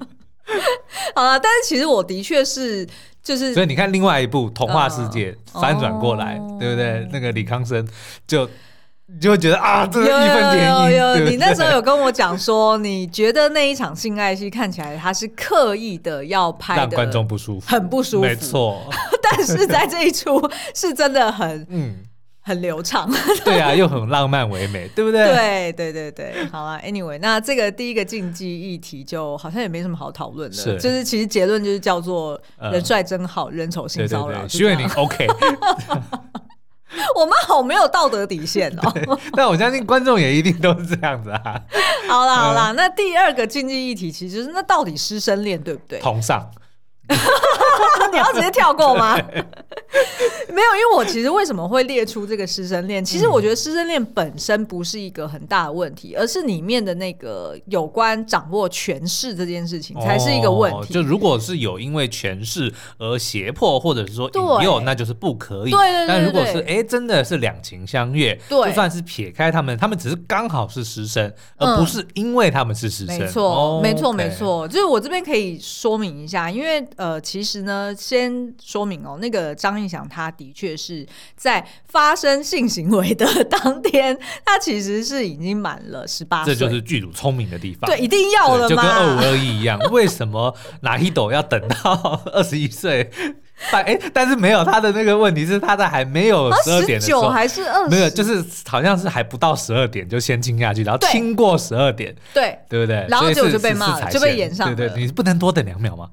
Speaker 1: 好了，但是其实我的确是，就是
Speaker 2: 所以你看另外一部《童话世界》翻转过来，
Speaker 1: 嗯哦
Speaker 2: 对不对？那个李康生就你就会觉得啊，这
Speaker 1: 有
Speaker 2: 个义愤填膺，
Speaker 1: 有有
Speaker 2: 对
Speaker 1: 有，
Speaker 2: 不
Speaker 1: 你那
Speaker 2: 对
Speaker 1: 时候有跟我讲说，你觉得那一场性爱戏看起来他是刻意的要拍
Speaker 2: 让
Speaker 1: 的，
Speaker 2: 观众不舒服，
Speaker 1: 很不舒服，
Speaker 2: 没。错，
Speaker 1: 但是在这一 出是真的很
Speaker 2: 嗯，
Speaker 1: 很流畅，
Speaker 2: 对啊，又很浪漫唯美，对不对？
Speaker 1: 对对对对，好啦 a n y w a y 那这个第一个禁忌议题就好像也没什么好讨论的，
Speaker 2: 是
Speaker 1: 就是其实结论就是叫做
Speaker 2: 呃
Speaker 1: 人帅真好，人丑性
Speaker 2: 对对
Speaker 1: 骚扰。就
Speaker 2: 对，徐
Speaker 1: 这
Speaker 2: 伟
Speaker 1: 样
Speaker 2: 宁 OK，
Speaker 1: 我们好没有道德底线 哦。
Speaker 2: 但我相信观众也一定都是这样子啊，
Speaker 1: 好啦好
Speaker 2: 呃
Speaker 1: 啦，那第二个禁忌议题其实就是那到底师生恋对不对？
Speaker 2: 同上，
Speaker 1: 你要直接跳过 吗？ 没有，因为我其实为什么会列出这个师生
Speaker 2: 嗯
Speaker 1: 恋？其实我觉得师生恋本身不是一个很大的问题，而是里面的那个有关掌握权势这件事情 才是一个问
Speaker 2: 哦
Speaker 1: 题。
Speaker 2: 就如果是有因为权势而胁迫，或者是说引诱，
Speaker 1: 对
Speaker 2: 那就是不可以。
Speaker 1: 对对对
Speaker 2: 但如果
Speaker 1: 对
Speaker 2: 是哎、诶真的是两情相悦，
Speaker 1: 对
Speaker 2: 就算是撇开他们，他们只是刚好是师生，而
Speaker 1: 嗯
Speaker 2: 不是因为他们是师生。
Speaker 1: 没错，
Speaker 2: 哦
Speaker 1: 没错，
Speaker 2: ，OK
Speaker 1: 没。错。就是我这边可以说明一下，因为呃，其实呢，先说明哦，那个张映祥他的确是在发生性行为的当天，他其实是已经满了十八岁，
Speaker 2: 这就是剧组聪明的地方。
Speaker 1: 对，一定要
Speaker 2: 对，
Speaker 1: 了
Speaker 2: 就
Speaker 1: 嘛，
Speaker 2: 跟二五二一一 样，为什么哪一斗要等到 二十一岁？但哎、但是没有他的那个问题是，他在还没有哦十二点
Speaker 1: 哦十
Speaker 2: 的时候
Speaker 1: 九，还是二十？
Speaker 2: 没有，就是好像是还不到十二点就先亲下去，然后
Speaker 1: 对
Speaker 2: 亲过十二点，
Speaker 1: 对。
Speaker 2: 对不对？
Speaker 1: 然后
Speaker 2: 所以
Speaker 1: 结果
Speaker 2: 是
Speaker 1: 就被
Speaker 2: 是
Speaker 1: 骂
Speaker 2: 是
Speaker 1: 了
Speaker 2: 踩
Speaker 1: 就被
Speaker 2: 线
Speaker 1: 延上
Speaker 2: 对
Speaker 1: 了
Speaker 2: 对，你不能多等两秒吗？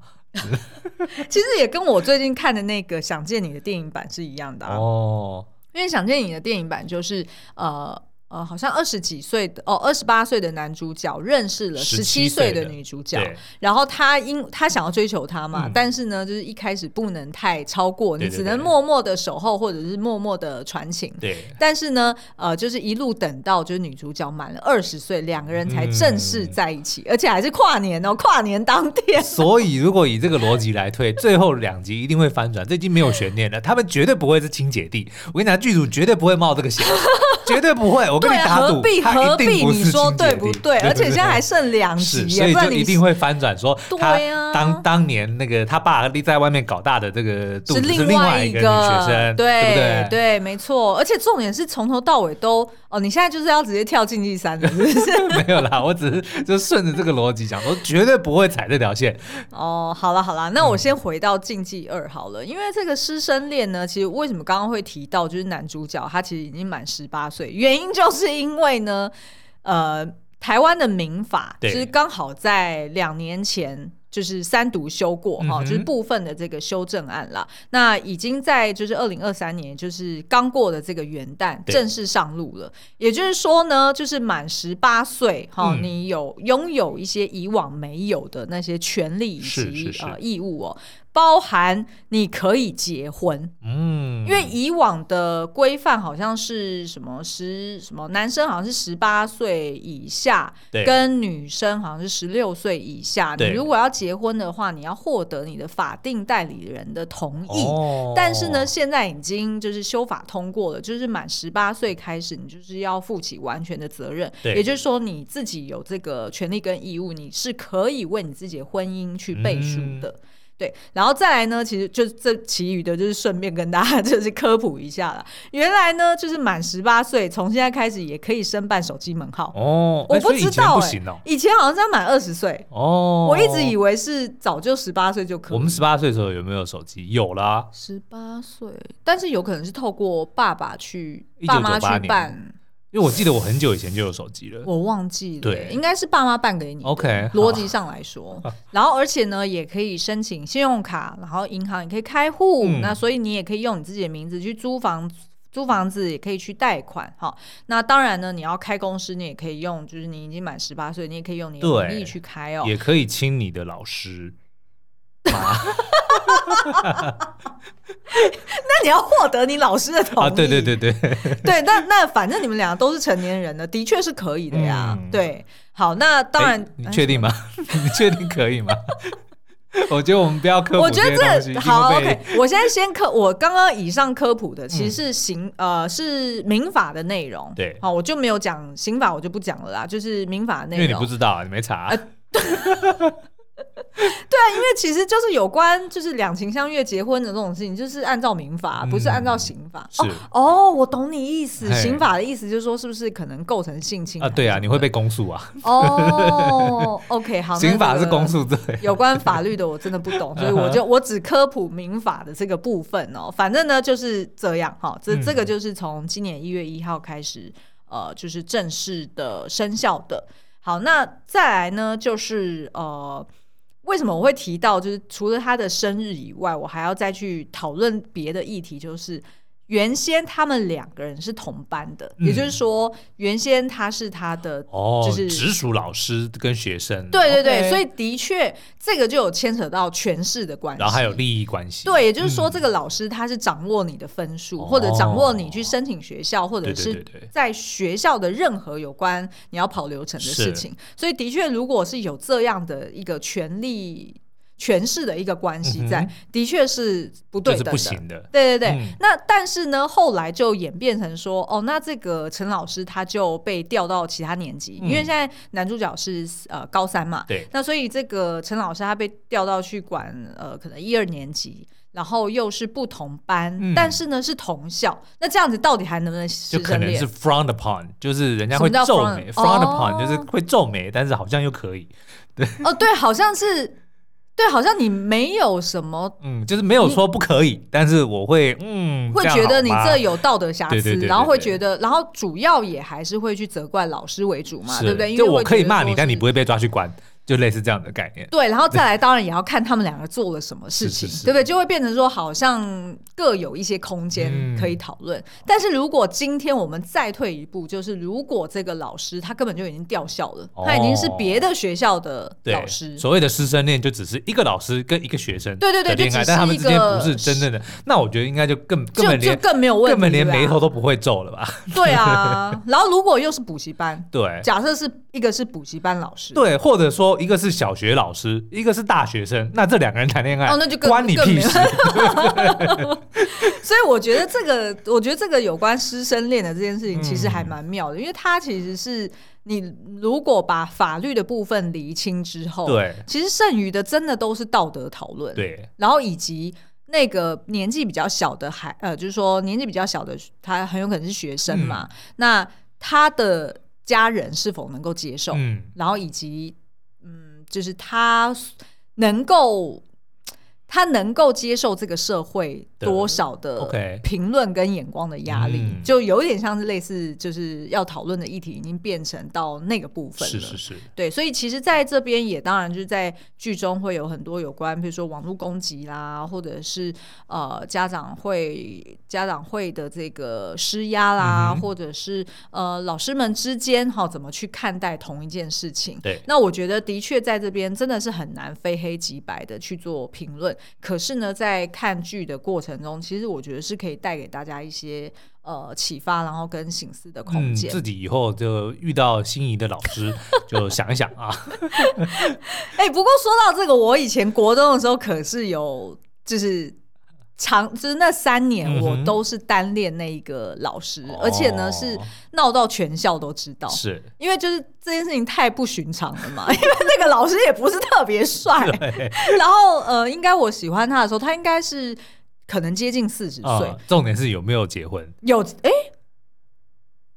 Speaker 1: 其实也跟我最近看的那个《想见你》的电影版是一样的啊，
Speaker 2: 哦，
Speaker 1: 因为《想见你》的电影版就是呃。呃，好像二十几岁的哦，二十八岁的男主角认识了十七
Speaker 2: 17
Speaker 1: 岁的
Speaker 2: 岁的
Speaker 1: 女主角，
Speaker 2: 对，
Speaker 1: 然后他因他想要追求她嘛，
Speaker 2: 嗯
Speaker 1: 但是呢，就是一开始不能太超过，
Speaker 2: 对
Speaker 1: 你
Speaker 2: 对
Speaker 1: 只能
Speaker 2: 对
Speaker 1: 默默的守候或者是默默的传情。
Speaker 2: 对，
Speaker 1: 但是呢，呃，就是一路等到就是女主角满了二十岁，两个人
Speaker 2: 嗯
Speaker 1: 才正式在一起，而且还是跨年哦，跨年当天。
Speaker 2: 所以如果以这个逻辑来推，最后两集一定会翻转，这已经没有悬 念了。他们绝对不会是亲姐弟，我跟你讲，剧组绝对不会冒这个险，绝对不会。我跟
Speaker 1: 对
Speaker 2: 你
Speaker 1: 啊，
Speaker 2: 打
Speaker 1: 何
Speaker 2: 赌，
Speaker 1: 必
Speaker 2: 他
Speaker 1: 何
Speaker 2: 一定
Speaker 1: 必？
Speaker 2: 不
Speaker 1: 你
Speaker 2: 是
Speaker 1: 说
Speaker 2: 亲姐
Speaker 1: 对
Speaker 2: 弟
Speaker 1: 不对？而且现在还剩两集
Speaker 2: 是，
Speaker 1: 耶，
Speaker 2: 所以
Speaker 1: 不然
Speaker 2: 就
Speaker 1: 你
Speaker 2: 一定会翻转说，他
Speaker 1: 对啊
Speaker 2: 当当年那个他爸在外面搞大的这个肚
Speaker 1: 是
Speaker 2: 子是
Speaker 1: 另
Speaker 2: 另外
Speaker 1: 一
Speaker 2: 个女学生，对不
Speaker 1: 对对，没错。而且重点是从头到尾都哦，你现在就是要直接跳竞技三了，是不是？
Speaker 2: 没有啦，我只是就顺着这个逻辑讲，我绝对不会踩这条线。
Speaker 1: 哦，好了好了，那我先回到竞技二好了，因为这个师生恋呢，其实为什么刚刚会提到，就是男主角他其实已经满十八岁，原因就是因为呢，呃，台湾的民法就
Speaker 2: 对
Speaker 1: 是刚好在两年前。就是三读修过哈、
Speaker 2: 嗯哼
Speaker 1: 就是部分的这个修正案啦。那已经在就是二零二三年，就是刚过的这个元旦
Speaker 2: 对
Speaker 1: 正式上路了。也就是说呢，就是满十八岁哈，
Speaker 2: 嗯
Speaker 1: 你有拥有一些以往没有的那些权利以及
Speaker 2: 是是是
Speaker 1: 呃义务哦，包含你可以结婚，
Speaker 2: 嗯，
Speaker 1: 因为以往的规范好像是什么十什么男生好像是十八岁以下，
Speaker 2: 对
Speaker 1: 跟女生好像是十六岁以下。你
Speaker 2: 对
Speaker 1: 如果要结婚的话，你要获得你的法定代理人的同意。
Speaker 2: 哦
Speaker 1: 但是呢，现在已经就是修法通过了，就是满十八岁开始，你就是要负起完全的责任。
Speaker 2: 对
Speaker 1: 也就是说你自己有这个权利跟义务，你是可以为你自己的婚姻去背书
Speaker 2: 嗯
Speaker 1: 的。对，然后再来呢，其实就这其余的，就是顺便跟大家就是科普一下了。原来呢，就是满十八岁，从现在开始也可以申办手机门号。
Speaker 2: 哦，
Speaker 1: 我
Speaker 2: 哎
Speaker 1: 不
Speaker 2: 所以以
Speaker 1: 知
Speaker 2: 前
Speaker 1: 道、
Speaker 2: 不
Speaker 1: 哎
Speaker 2: 行哦。
Speaker 1: 以前好像是要满二十岁，
Speaker 2: 哦，
Speaker 1: 我一直以为是早就十八岁就可以。
Speaker 2: 我们十八岁的时候有没有手机？有啦，
Speaker 1: 十八岁，但是有可能是透过爸爸去、
Speaker 2: 1998
Speaker 1: 爸妈去
Speaker 2: 年
Speaker 1: 办，
Speaker 2: 因为我记得我很久以前就有手机了。
Speaker 1: 我忘记了，
Speaker 2: 对
Speaker 1: 应该是爸妈办给你的。
Speaker 2: OK，
Speaker 1: 逻
Speaker 2: 好
Speaker 1: 辑上来 说，然后而且呢，也可以申请信用卡，然后银行也可以开户，
Speaker 2: 嗯
Speaker 1: 那所以你也可以用你自己的名字去租房。租房子也可以去贷款，哈。那当然呢，你要开公司，你也可以用，就是你已经满十八岁，你也可以用你的
Speaker 2: 对
Speaker 1: 名义去开哦。
Speaker 2: 也可以亲你的老师。
Speaker 1: 那你要获得你老师的同意，
Speaker 2: 啊，对对对对，
Speaker 1: 对，那那反正你们俩都是成年人了，的确是可以的呀。
Speaker 2: 嗯
Speaker 1: 对，好，那当然哎
Speaker 2: 哎，你确定吗？你确定可以吗？我觉得我们不要科普
Speaker 1: 我觉得
Speaker 2: 些东西，
Speaker 1: 这
Speaker 2: 因为
Speaker 1: 好
Speaker 2: 被
Speaker 1: OK。我现在先科，我刚刚以上科普的其实是刑、呃是民法的内容，
Speaker 2: 嗯对
Speaker 1: 好，我就没有讲刑法，我就不讲了啦，就是民法的
Speaker 2: 因为
Speaker 1: 内
Speaker 2: 你
Speaker 1: 容
Speaker 2: 不。知道，你没查。啊
Speaker 1: 呃因为其实就是有关就是两情相悦结婚的这种事情，就是按照民法，
Speaker 2: 嗯
Speaker 1: 不是按照刑法。
Speaker 2: 是
Speaker 1: 哦哦，我懂你意思。
Speaker 2: 嘿
Speaker 1: 刑法的意思就是说，是不是可能构成性侵
Speaker 2: 啊，对啊，
Speaker 1: 还是
Speaker 2: 你
Speaker 1: 什么
Speaker 2: 会
Speaker 1: 的
Speaker 2: 被公诉啊。
Speaker 1: 哦。OK，好，那
Speaker 2: 刑法
Speaker 1: 这
Speaker 2: 是
Speaker 1: 个
Speaker 2: 公诉罪，
Speaker 1: 有关法律的我真的不 懂，所以我就我只科普民法的这个部分哦。反正呢就是这样哈，这
Speaker 2: 嗯
Speaker 1: 这个就是从今年一月一号开始，呃，就是正式的生效的。好，那再来呢就是呃。为什么我会提到，就是除了他的生日以外，我还要再去讨论别的议题，就是原先他们两个人是同班的，
Speaker 2: 嗯
Speaker 1: 也就是说，原先他是他的
Speaker 2: 哦，
Speaker 1: 就是
Speaker 2: 直属老师跟学生，
Speaker 1: 对对对
Speaker 2: OK
Speaker 1: 所以的确这个就有牵扯到权势的关系。
Speaker 2: 然后还有利益关系，
Speaker 1: 对，也就是说，这个老师他是掌握你的分数，
Speaker 2: 哦
Speaker 1: 或者掌握你去申请学校，或
Speaker 2: 对
Speaker 1: 者
Speaker 2: 对
Speaker 1: 是
Speaker 2: 对对，
Speaker 1: 在学校的任何有关你要跑流程的事情。所以，的确，如果是有这样的一个权利、权势的一个关系在，
Speaker 2: 嗯哼
Speaker 1: 的确是不对等
Speaker 2: 这是
Speaker 1: 的。
Speaker 2: 不行的。
Speaker 1: 对对对，
Speaker 2: 嗯
Speaker 1: 那但是呢，后来就演变成说，哦，那这个陈老师他就被调到其他年级，
Speaker 2: 嗯
Speaker 1: 因为现在男主角是呃高三嘛，
Speaker 2: 对，
Speaker 1: 那所以这个陈老师他被调到去管呃可能一二年级，然后又是不同班，
Speaker 2: 嗯
Speaker 1: 但是呢是同校，那这样子到底还能不能师
Speaker 2: 就可
Speaker 1: 生
Speaker 2: 能
Speaker 1: 恋
Speaker 2: 是？frowned upon，就是人家
Speaker 1: 什
Speaker 2: 会
Speaker 1: 么叫
Speaker 2: 皱
Speaker 1: frown？
Speaker 2: 眉，frowned upon
Speaker 1: 哦
Speaker 2: 就是会皱眉，但是好像又可以，
Speaker 1: 哦，对，好像是，对，好像你没有什么。
Speaker 2: 嗯，就是没有说不可以，但是我会嗯，
Speaker 1: 会
Speaker 2: 这样
Speaker 1: 觉得你
Speaker 2: 好吗
Speaker 1: 这有道德瑕
Speaker 2: 对
Speaker 1: 疵
Speaker 2: 对对，对
Speaker 1: 然后会
Speaker 2: 对
Speaker 1: 觉得，然后主要也还是会去责怪老师为主嘛，
Speaker 2: 是
Speaker 1: 对不对？因为
Speaker 2: 就我
Speaker 1: 会
Speaker 2: 可以
Speaker 1: 觉得
Speaker 2: 骂
Speaker 1: 说
Speaker 2: 你，但
Speaker 1: 是
Speaker 2: 你不会被抓去关，就类似这样的概念。
Speaker 1: 对，然后再来，当然也要看他们两个做了什么事情，
Speaker 2: 是是是
Speaker 1: 对不对？就会变成说，好像各有一些空间
Speaker 2: 嗯
Speaker 1: 可以讨论。但是如果今天我们再退一步，就是如果这个老师他根本就已经调校了，
Speaker 2: 哦
Speaker 1: 他已经是别的学校的
Speaker 2: 对
Speaker 1: 老师，
Speaker 2: 所谓的师生恋就只是一个老师跟一个学生
Speaker 1: 对对对
Speaker 2: 的恋
Speaker 1: 就只
Speaker 2: 爱，
Speaker 1: 是
Speaker 2: 但他们之间
Speaker 1: 一个
Speaker 2: 不是真正的。那我觉得应该就更根
Speaker 1: 就
Speaker 2: 本
Speaker 1: 就
Speaker 2: 连
Speaker 1: 更没有问题，
Speaker 2: 根本连
Speaker 1: 对吧
Speaker 2: 眉头都不会皱了吧？
Speaker 1: 对啊。然后如果又是补习班，
Speaker 2: 对
Speaker 1: 假设是一个是补习班老师，
Speaker 2: 对，或者说一个是小学老师，一个是大学生，那这两个人谈恋爱，
Speaker 1: 哦那就更
Speaker 2: 关你
Speaker 1: 更
Speaker 2: 屁
Speaker 1: 没
Speaker 2: 事。
Speaker 1: 所以我觉得这个，我觉得这个有关师生恋的这件事情，
Speaker 2: 嗯
Speaker 1: 其实还蛮妙的，因为它其实是你如果把法律的部分厘清之后，，
Speaker 2: 对
Speaker 1: 其实剩余的真的都是道德讨论，，
Speaker 2: 对，
Speaker 1: 然后以及。那个年纪比较小的孩，呃，就是说年纪比较小的，他很有可能是学生嘛。
Speaker 2: 嗯
Speaker 1: 那他的家人是否能够接受？
Speaker 2: 嗯，
Speaker 1: 然后以及嗯，就是他能够他能够接受这个社会
Speaker 2: 的
Speaker 1: 多少的
Speaker 2: OK
Speaker 1: 评论跟眼光的压力，
Speaker 2: 嗯
Speaker 1: 就有一点像是类似就是要讨论的议题已经变成到那个部分了。
Speaker 2: 是是是，
Speaker 1: 对，所以其实在这边也当然就是在剧中会有很多有关，比如说网络攻击啦，或者是呃家长会家长会的这个施压啦，
Speaker 2: 嗯哼
Speaker 1: 或者是呃老师们之间哈、怎么去看待同一件事情。
Speaker 2: 对
Speaker 1: 那我觉得的确在这边真的是很难非黑即白的去做评论，可是呢，在看剧的过程中，其实我觉得是可以带给大家一些呃启发，然后跟醒思的空
Speaker 2: 嗯，
Speaker 1: 间。
Speaker 2: 自己以后就遇到心仪的老师， 就想一想啊，
Speaker 1: 哎、不过说到这个，我以前国中的时候可是有，就是长，就是那三年
Speaker 2: 嗯
Speaker 1: 我
Speaker 2: 哼
Speaker 1: 都是单恋那一个老师，而且呢
Speaker 2: 哦
Speaker 1: 是闹到全校都知道。
Speaker 2: 是
Speaker 1: 因为就是这件事情太不寻常了嘛， 因为那个老师也不是特别帅，然后呃，应该我喜欢他的时候，他应该是可能接近四十
Speaker 2: 啊
Speaker 1: 岁，，
Speaker 2: 重点是有没有结婚？
Speaker 1: 有哎、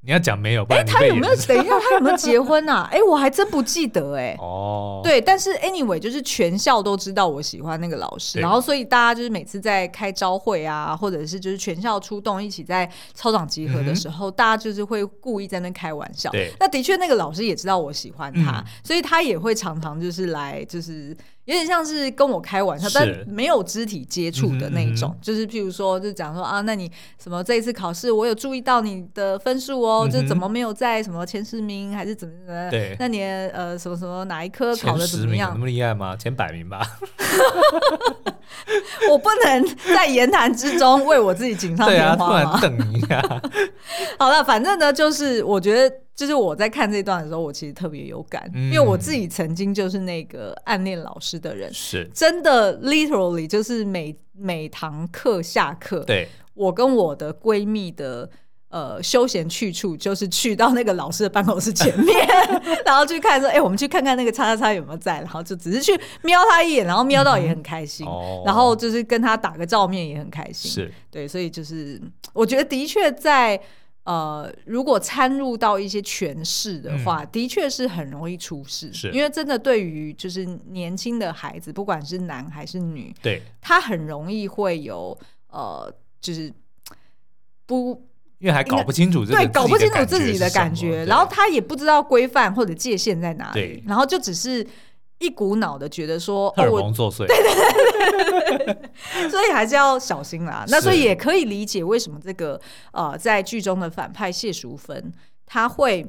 Speaker 2: 你要讲没有，不
Speaker 1: 哎，
Speaker 2: 然你
Speaker 1: 他
Speaker 2: 被
Speaker 1: 有没有
Speaker 2: 延伸
Speaker 1: 等一下他有没有结婚啊？哎、我还真不记得哎、
Speaker 2: 哦，
Speaker 1: 对，但是 anyway，就是全校都知道我喜欢那个老师，
Speaker 2: 对
Speaker 1: 然后所以大家就是每次在开招会啊，或者是就是全校出动一起在操场集合的时候，大家就是会故意在那开玩笑。
Speaker 2: 嗯对
Speaker 1: 那的确那个老师也知道我喜欢他，
Speaker 2: 嗯
Speaker 1: 所以他也会常常就是来就是。有点像是跟我开玩笑，
Speaker 2: 是
Speaker 1: 但没有肢体接触的那一种，
Speaker 2: 嗯哼
Speaker 1: 就是譬如说，就讲说啊，那你什么这一次考试，我有注意到你的分数哦，
Speaker 2: 嗯哼
Speaker 1: 就怎么没有在什么前十名，还是怎么怎么？
Speaker 2: 对
Speaker 1: 那你的呃什么什么哪一科考
Speaker 2: 前
Speaker 1: 的怎
Speaker 2: 十
Speaker 1: 么
Speaker 2: 名有那
Speaker 1: 样？
Speaker 2: 么厉害吗？前百名吧。
Speaker 1: 我不能在言谈之中为我自己锦上
Speaker 2: 对
Speaker 1: 添
Speaker 2: 啊，突
Speaker 1: 花
Speaker 2: 然
Speaker 1: 吗？
Speaker 2: 等一下，
Speaker 1: 好了，反正呢，就是我觉得就是我在看这段的时候，我其实特别有感，
Speaker 2: 嗯
Speaker 1: 因为我自己曾经就是那个暗恋老师的人，
Speaker 2: 是
Speaker 1: 真的 literally 就是每每堂课下课，
Speaker 2: 对，
Speaker 1: 我跟我的闺蜜的呃休闲去处，就是去到那个老师的办公室前 面， 然后去看说，哎、我们去看看那个叉叉叉有没有在，然后就只是去瞄他一眼，然后瞄到也很开心，
Speaker 2: 哦
Speaker 1: 然后就是跟他打个照面也很开心，
Speaker 2: 是
Speaker 1: 对，所以就是我觉得的确在。呃，如果掺入到一些权势的话，的确是很容易出事，
Speaker 2: 嗯是
Speaker 1: 因为真的对于就是年轻的孩子，不管是男还是女，
Speaker 2: 对，
Speaker 1: 他很容易会有呃，就是不
Speaker 2: 因为还搞不清楚这个
Speaker 1: 对搞不清楚
Speaker 2: 自
Speaker 1: 自己的感
Speaker 2: 是什
Speaker 1: 觉，
Speaker 2: 么
Speaker 1: 然后他也不知道规范或者界限在哪里
Speaker 2: 对，
Speaker 1: 然后就只是一股脑的觉得说，
Speaker 2: 荷
Speaker 1: 哦，
Speaker 2: 尔
Speaker 1: 我
Speaker 2: 蒙作祟，
Speaker 1: 所以还是要小心啦。那
Speaker 2: 是
Speaker 1: 所以也可以理解为什么这个呃，在剧中的反派谢淑芬他会。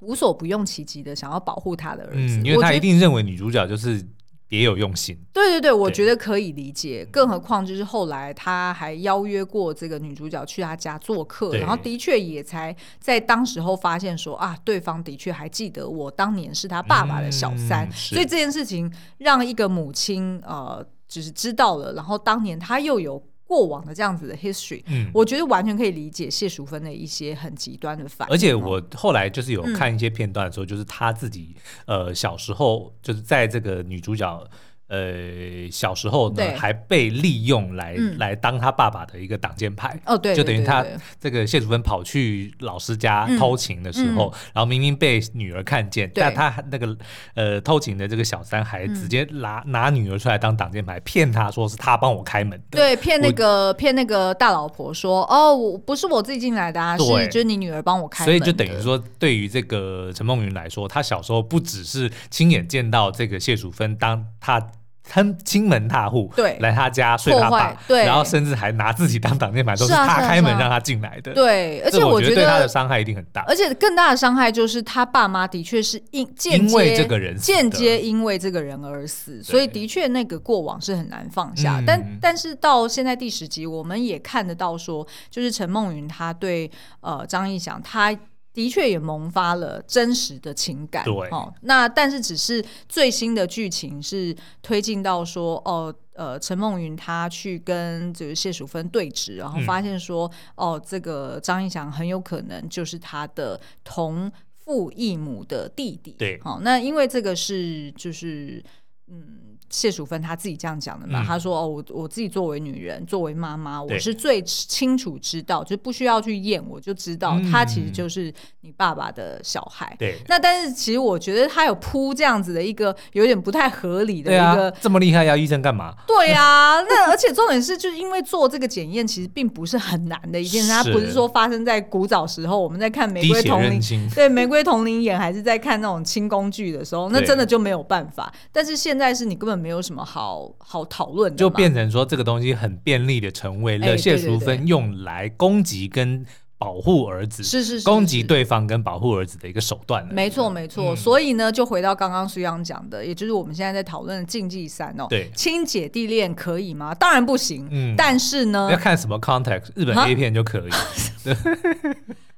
Speaker 1: 无所不用其极的想要保护他的儿子，
Speaker 2: 嗯，因为
Speaker 1: 我
Speaker 2: 他
Speaker 1: 觉
Speaker 2: 一
Speaker 1: 得
Speaker 2: 定认为女主角就是别有用心，
Speaker 1: 对对对，我
Speaker 2: 对
Speaker 1: 觉得可以理解。更何况就是后来他还邀约过这个女主角去他家做客，
Speaker 2: 对
Speaker 1: 然后的确也才在当时候发现说啊，对方的确还记得我当年是他爸爸的小三，
Speaker 2: 嗯是
Speaker 1: 所以这件事情让一个母亲呃，就是知道了，然后当年他又有过往的这样子的 history，
Speaker 2: 嗯，
Speaker 1: 我觉得完全可以理解谢淑芬的一些很极端的反应。哦
Speaker 2: 而且我后来就是有
Speaker 1: 嗯
Speaker 2: 看一些片段的时候，就是他自己呃小时候就是在这个女主角。呃，小时候
Speaker 1: 对
Speaker 2: 呢，还被利用来、
Speaker 1: 嗯
Speaker 2: 来当他爸爸的一个挡箭牌，
Speaker 1: 哦，对，
Speaker 2: 就等于
Speaker 1: 对
Speaker 2: 他
Speaker 1: 对对
Speaker 2: 这个谢祖芬跑去老师家
Speaker 1: 嗯
Speaker 2: 偷情的时候，然后明明被女儿看见，
Speaker 1: 对嗯
Speaker 2: 但他那个呃偷情的这个小三还直接拿、拿女儿出来当挡箭牌，骗他说是他帮我开门的。
Speaker 1: 对，骗那个骗那个大老婆说，哦，我不是我自己进来的啊，是
Speaker 2: 对
Speaker 1: 就是你女儿帮我开
Speaker 2: 所
Speaker 1: 门
Speaker 2: 以
Speaker 1: 的，
Speaker 2: 就等于说，对于这个陈梦云来说，她小时候不只是亲眼见到这个谢祖芬当她她亲门踏户，
Speaker 1: 对
Speaker 2: 来她家睡她
Speaker 1: 破
Speaker 2: 爸
Speaker 1: 坏，对
Speaker 2: 然后甚至还拿自己当挡箭牌，都是
Speaker 1: 是啊
Speaker 2: 她
Speaker 1: 是啊
Speaker 2: 开门
Speaker 1: 是啊
Speaker 2: 让她进来的。，
Speaker 1: 对，而且
Speaker 2: 我
Speaker 1: 觉
Speaker 2: 对她的
Speaker 1: 得，
Speaker 2: 伤害一定很大。
Speaker 1: 而且更大的伤害就是他爸妈的确是因间
Speaker 2: 因
Speaker 1: 接
Speaker 2: 为这个人死的
Speaker 1: 间接因为这个人而死，所以的确那个过往是很难放下。
Speaker 2: 嗯
Speaker 1: 但但是到现在第十集，我们也看得到说，就是陈梦云她对呃张艺翔他。的确也萌发了真实的情感，
Speaker 2: 对
Speaker 1: 哦，那但是只是最新的剧情是推进到说，哦，呃，陈梦云她去跟就是谢淑芬对峙，然后
Speaker 2: 嗯
Speaker 1: 发现说，哦，这个张艺翔很有可能就是他的同父异母的弟弟，
Speaker 2: 对
Speaker 1: 好、那因为这个是就是嗯，谢淑芬她自己这样讲的嘛，
Speaker 2: 嗯
Speaker 1: 她说哦，我我自己作为女人，作为妈妈，我
Speaker 2: 对
Speaker 1: 是最清楚知道，就不需要去验，我就知道
Speaker 2: 嗯
Speaker 1: 他其实就是你爸爸的小孩。
Speaker 2: 对，
Speaker 1: 那但是其实我觉得他有铺这样子的一个有点不太合理的
Speaker 2: 对
Speaker 1: 一
Speaker 2: 啊
Speaker 1: 个。，
Speaker 2: 这么厉害要医生干嘛？
Speaker 1: 对啊， 那而且重点是，就是因为做这个检验其实并不是很难的一件事，它
Speaker 2: 是
Speaker 1: 不是说发生在古早时候，我们在看《玫
Speaker 2: 滴
Speaker 1: 瑰
Speaker 2: 血
Speaker 1: 同龄
Speaker 2: 认》亲，
Speaker 1: 对《玫瑰同龄眼》还是在看那种清宫剧的时候，那
Speaker 2: 对
Speaker 1: 真的就没有办法。但是现在是你根本没有什么好好讨论的，
Speaker 2: 就。变成说这个东西很便利的成为
Speaker 1: 哎
Speaker 2: 了谢
Speaker 1: 对对
Speaker 2: 淑
Speaker 1: 对
Speaker 2: 芬用来攻击跟保护儿子，
Speaker 1: 是是是
Speaker 2: 攻击
Speaker 1: 是
Speaker 2: 对方跟保护儿子的一个手段了。
Speaker 1: 没错，没错。
Speaker 2: 嗯
Speaker 1: 所以呢，就回到刚刚苏央讲的，也就是我们现在在讨论的禁忌三哦，
Speaker 2: 对
Speaker 1: 亲姐弟恋可以吗？当然不行。
Speaker 2: 嗯
Speaker 1: 但是呢
Speaker 2: 要，看什么 context，日本
Speaker 1: 啊
Speaker 2: A 片就 可以。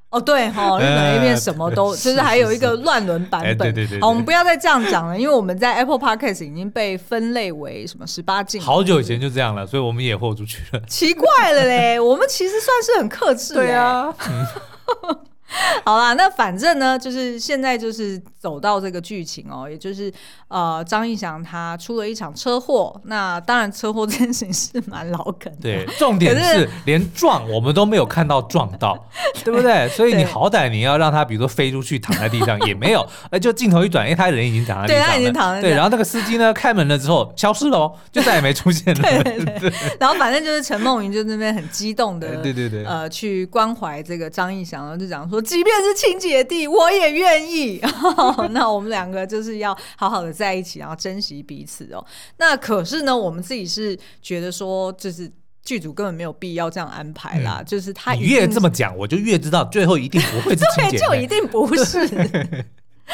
Speaker 1: 哦对哈、 日本
Speaker 2: 呃
Speaker 1: A 片什么都、
Speaker 2: 是
Speaker 1: 就是还有一个乱伦版
Speaker 2: 哎
Speaker 1: 本。哦
Speaker 2: 对对对对
Speaker 1: 好，我们不要再这样讲了，因为我们在 Apple Podcast 已经被分类为什么十八禁。
Speaker 2: 好久以前就这样了，所以我们也豁出去了。
Speaker 1: 奇怪了嘞， 我们其实算是很克制、
Speaker 2: 对啊，
Speaker 1: 好啦，那反正呢，就是现在就是走到这个剧情哦，也就是呃，张义祥他出了一场车祸。那当然，车祸这件事情是蛮老梗的，
Speaker 2: 对， 重点
Speaker 1: 可是
Speaker 2: 是连撞我们都没有看到撞 到，对不对？所以你好歹你要让他，比如说飞出去躺在地上，也没有。哎，就镜头一转，哎，他人已经躺在地
Speaker 1: 对
Speaker 2: 上了，
Speaker 1: 他已经躺在
Speaker 2: 对，
Speaker 1: 地上
Speaker 2: 然后那个司机呢，开门了之后消失了哦，就再也没出 现了。
Speaker 1: 然后反正就是陈梦云就那边很激动的，
Speaker 2: 哎对对对
Speaker 1: 呃，去关怀这个张义祥，然后就讲说，即便是亲姐弟，我也愿意。 那我们两个就是要好好的在一起，然后珍惜彼此哦。那可是呢，我们自己是觉得说，就是。剧组根本没有必要这样安排啦，就是他
Speaker 2: 嗯你
Speaker 1: 一定
Speaker 2: 越
Speaker 1: 是
Speaker 2: 这么讲，我就越知道最后一定不会是亲
Speaker 1: 对，
Speaker 2: 姐
Speaker 1: 就一
Speaker 2: 妹。
Speaker 1: 定不是。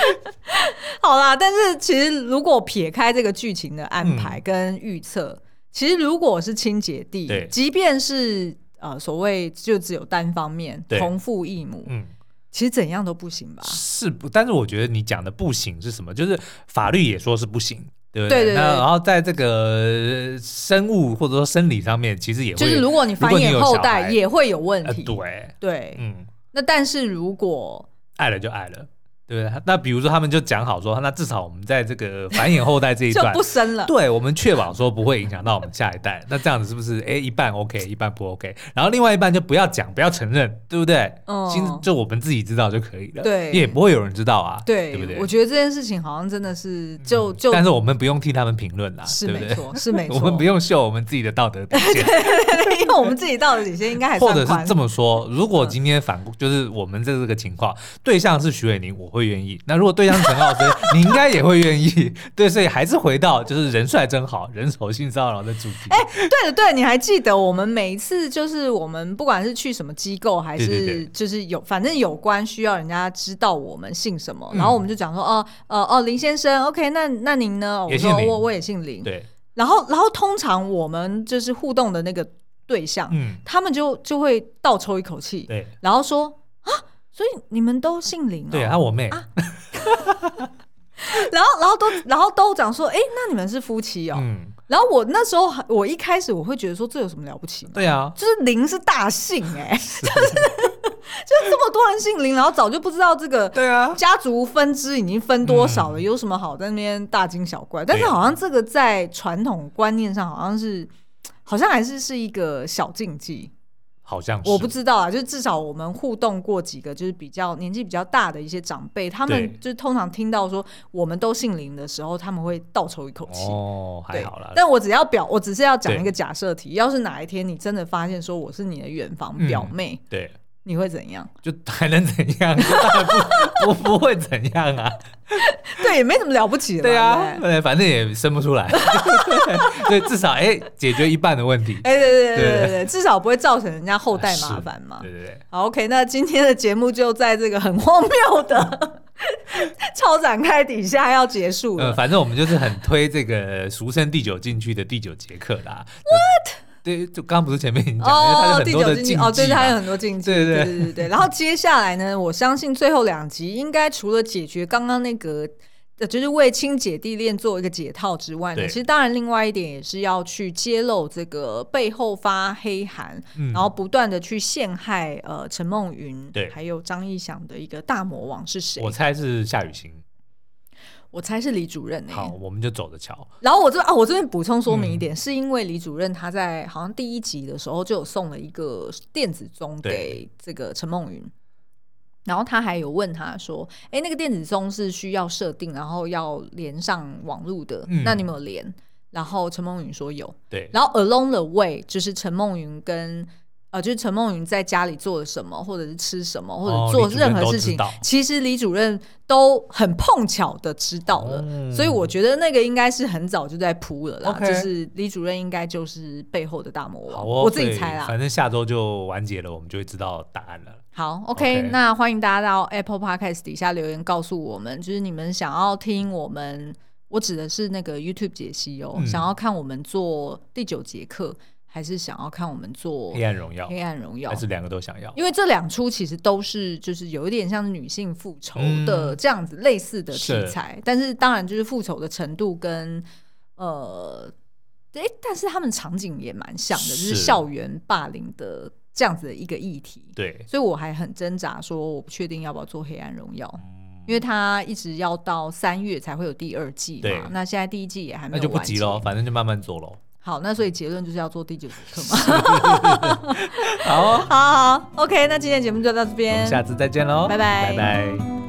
Speaker 1: 好啦，但是其实如果撇开这个剧情的安排
Speaker 2: 嗯
Speaker 1: 跟预测，其实如果是亲姐弟
Speaker 2: 对，
Speaker 1: 即便是呃所谓就只有单方面
Speaker 2: 对
Speaker 1: 同父异母，
Speaker 2: 嗯，
Speaker 1: 其实怎样都不行吧？
Speaker 2: 是不？但是我觉得你讲的不行是什么？就是法律也说是不行，对不
Speaker 1: 对对对
Speaker 2: 那然后在这个生物或者说生理上面，其实也会
Speaker 1: 就是如果你繁
Speaker 2: 如果你
Speaker 1: 衍
Speaker 2: 有
Speaker 1: 后
Speaker 2: 小
Speaker 1: 代
Speaker 2: 孩
Speaker 1: 也会有问
Speaker 2: 呃
Speaker 1: 题。
Speaker 2: 对，
Speaker 1: 对
Speaker 2: 嗯，
Speaker 1: 那但是如果
Speaker 2: 爱了就爱了。对不对？那比如说，他们就讲好说，那至少我们在这个繁衍后代这一
Speaker 1: 就
Speaker 2: 段
Speaker 1: 不，生了，
Speaker 2: 对我们确保说不会影响到我们下一代。那这样子是不是？哎，一半 OK，一半不 OK，然后另外一半就不要讲，不要承认，对不对？
Speaker 1: 嗯
Speaker 2: 其实就我们自己知道就可以了。
Speaker 1: 对
Speaker 2: 也不会有人知道啊，
Speaker 1: 对
Speaker 2: 对不对？嗯
Speaker 1: 我觉得这件事情好像真的是就就
Speaker 2: 但是我们不用替他们评论啦，
Speaker 1: 是
Speaker 2: 对不
Speaker 1: 没
Speaker 2: 对？
Speaker 1: 错，是没错，
Speaker 2: 我们不用秀我们自己的道德底线，
Speaker 1: 因为我们自己到了底线应该还
Speaker 2: 或
Speaker 1: 算
Speaker 2: 者
Speaker 1: 宽
Speaker 2: 是这么说：如
Speaker 1: 嗯
Speaker 2: 果今天反过，就是我们这这个情况，对象是徐伟宁，我会愿意；那如果对象是陈浩森，你应该也会愿意。对，所以还是回到就是人帅真好，人丑性骚扰的主
Speaker 1: 哎
Speaker 2: 题。
Speaker 1: 对的，对，你还记得我们每一次就是我们不管是去什么机构，还
Speaker 2: 对对
Speaker 1: 是
Speaker 2: 对
Speaker 1: 就是有反正有关需要人家知道我们姓什么，
Speaker 2: 嗯
Speaker 1: 然后我们就讲说哦呃哦林先生，OK，那那您呢？我
Speaker 2: 也
Speaker 1: 说哦
Speaker 2: 姓林
Speaker 1: 我我也姓林。
Speaker 2: 对，
Speaker 1: 然后然后通常我们就是互动的那个对象，
Speaker 2: 嗯，
Speaker 1: 他们就就会倒抽一口气，
Speaker 2: 对，
Speaker 1: 然后说啊，所以你们都姓林、哦？
Speaker 2: 对，啊还有我妹，
Speaker 1: 然后然后都然后都讲说，哎，那你们是夫妻哦。
Speaker 2: 嗯，
Speaker 1: 然后我那时候还我一开始我会觉得说这有什么了不起吗？
Speaker 2: 对啊，
Speaker 1: 就是林是大 姓哎、就这么多人姓林，然后早就不知道这个
Speaker 2: 对啊，
Speaker 1: 家族分支已经分多少了，有什么好在那边大惊小怪？但是
Speaker 2: 对啊
Speaker 1: 好像这个在传统观念上，好像是好像还是是一个小禁忌，
Speaker 2: 好像是
Speaker 1: 我不知道啊。就是至少我们互动过几个，就是比较年纪比较大的一些长辈，他们
Speaker 2: 对
Speaker 1: 就是通常听到说我们都姓林的时候，他们会倒抽一口气。
Speaker 2: 哦，还
Speaker 1: 对，
Speaker 2: 好啦。
Speaker 1: 但我只要表，我只是要讲
Speaker 2: 对
Speaker 1: 一个假设题。要是哪一天你真的发现说我是你的远房
Speaker 2: 嗯
Speaker 1: 表妹，
Speaker 2: 对，
Speaker 1: 你会怎样？
Speaker 2: 就还能怎样？当然不 不不会怎样啊。
Speaker 1: 对，也没什么了不起的嘛。
Speaker 2: 对啊，
Speaker 1: 对不对
Speaker 2: 对，反正也生不出来， 对，至少哎、解决一半的问题，
Speaker 1: 哎，对对对对
Speaker 2: 对哎
Speaker 1: 对对，至少不会造成人家后代麻烦嘛
Speaker 2: 对。对对，
Speaker 1: 好，OK，那今天的节目就在这个很荒谬的 超展开底下要结束了。
Speaker 2: 呃，反正我们就是很推这个俗称第九禁区的第九节课啦。What？对，就刚刚不是前面已经讲了，因为它有
Speaker 1: 哦，
Speaker 2: 很
Speaker 1: 第
Speaker 2: 多
Speaker 1: 九
Speaker 2: 的
Speaker 1: 禁忌
Speaker 2: 禁忌
Speaker 1: 哦，对，
Speaker 2: 嘛
Speaker 1: 它有很多禁忌，
Speaker 2: 对对
Speaker 1: 对
Speaker 2: 对
Speaker 1: 对对对。然后接下来呢，我相信最后两集应该除了解决刚刚那个。呃，就是为亲姐弟恋做一个解套之外呢，
Speaker 2: 对
Speaker 1: 其实当然另外一点也是要去揭露这个背后发黑函，
Speaker 2: 嗯
Speaker 1: 然后不断的去陷害呃陈梦云，
Speaker 2: 对
Speaker 1: 还有张义祥的一个大魔王是谁？
Speaker 2: 我
Speaker 1: 我
Speaker 2: 猜是夏雨欣。
Speaker 1: 猜是李主任、欸。
Speaker 2: 好，我们就走着瞧。
Speaker 1: 然后我这啊，我这边补充说明一
Speaker 2: 嗯
Speaker 1: 点，是因为李主任他在好像第一集的时候就有送了一个电子钟给这个陈梦云，然后他还有问他说：“哎，那个电子钟是需要设定，然后要连上网络的，
Speaker 2: 嗯
Speaker 1: 那你有没有连？”然后陈梦云说有，
Speaker 2: 对，
Speaker 1: 然后 Along the way 就是陈梦云跟。呃，就是陈梦云在家里做了什么，或者是吃什么，或
Speaker 2: 哦
Speaker 1: 者做
Speaker 2: 李主任
Speaker 1: 任何
Speaker 2: 都
Speaker 1: 事
Speaker 2: 知
Speaker 1: 情，
Speaker 2: 道
Speaker 1: 其实李主任都很碰巧的知道了。
Speaker 2: 嗯
Speaker 1: 所以我觉得那个应该是很早就在铺了啦
Speaker 2: OK
Speaker 1: 就是李主任应该就是背后的大魔王，
Speaker 2: 好哦，
Speaker 1: 我自己
Speaker 2: 对
Speaker 1: 猜啦。
Speaker 2: 反正下周就完结了，我们就会知道答案了。
Speaker 1: 好，OK，,
Speaker 2: OK
Speaker 1: 那欢迎大家到 Apple Podcast 底下留言告诉我们，就是你们想要听我们，我指的是那个 YouTube 解析哦，
Speaker 2: 嗯
Speaker 1: 想要看我们做第九节课，还是想要看我们做
Speaker 2: 黑暗荣耀
Speaker 1: 黑暗荣耀
Speaker 2: 还？是两个都想要？
Speaker 1: 因为这两出其实都是就是有一点像是女性复仇的
Speaker 2: 嗯
Speaker 1: 这样子类似的题
Speaker 2: 是
Speaker 1: 材，但是当然就是复仇的程度跟呃，诶，但是他们场景也蛮像的，就是
Speaker 2: 是
Speaker 1: 校园霸凌的这样子的一个议题。
Speaker 2: 对，
Speaker 1: 所以我还很挣扎，说我不确定要不要做《黑暗荣耀》，
Speaker 2: 嗯
Speaker 1: 因为它一直要到三月才会有第二季
Speaker 2: 对
Speaker 1: 嘛。那现在第一季也还没
Speaker 2: 那
Speaker 1: 有
Speaker 2: 就不
Speaker 1: 完
Speaker 2: 急
Speaker 1: 结
Speaker 2: 喽，反正就慢慢做喽。
Speaker 1: 好，那所以结论就是要做第九节课嘛。
Speaker 2: 好哦，
Speaker 1: 好好好，OK，那今天节目就到这
Speaker 2: 我
Speaker 1: 边
Speaker 2: 们，下次再见喽，
Speaker 1: 拜拜
Speaker 2: 拜拜。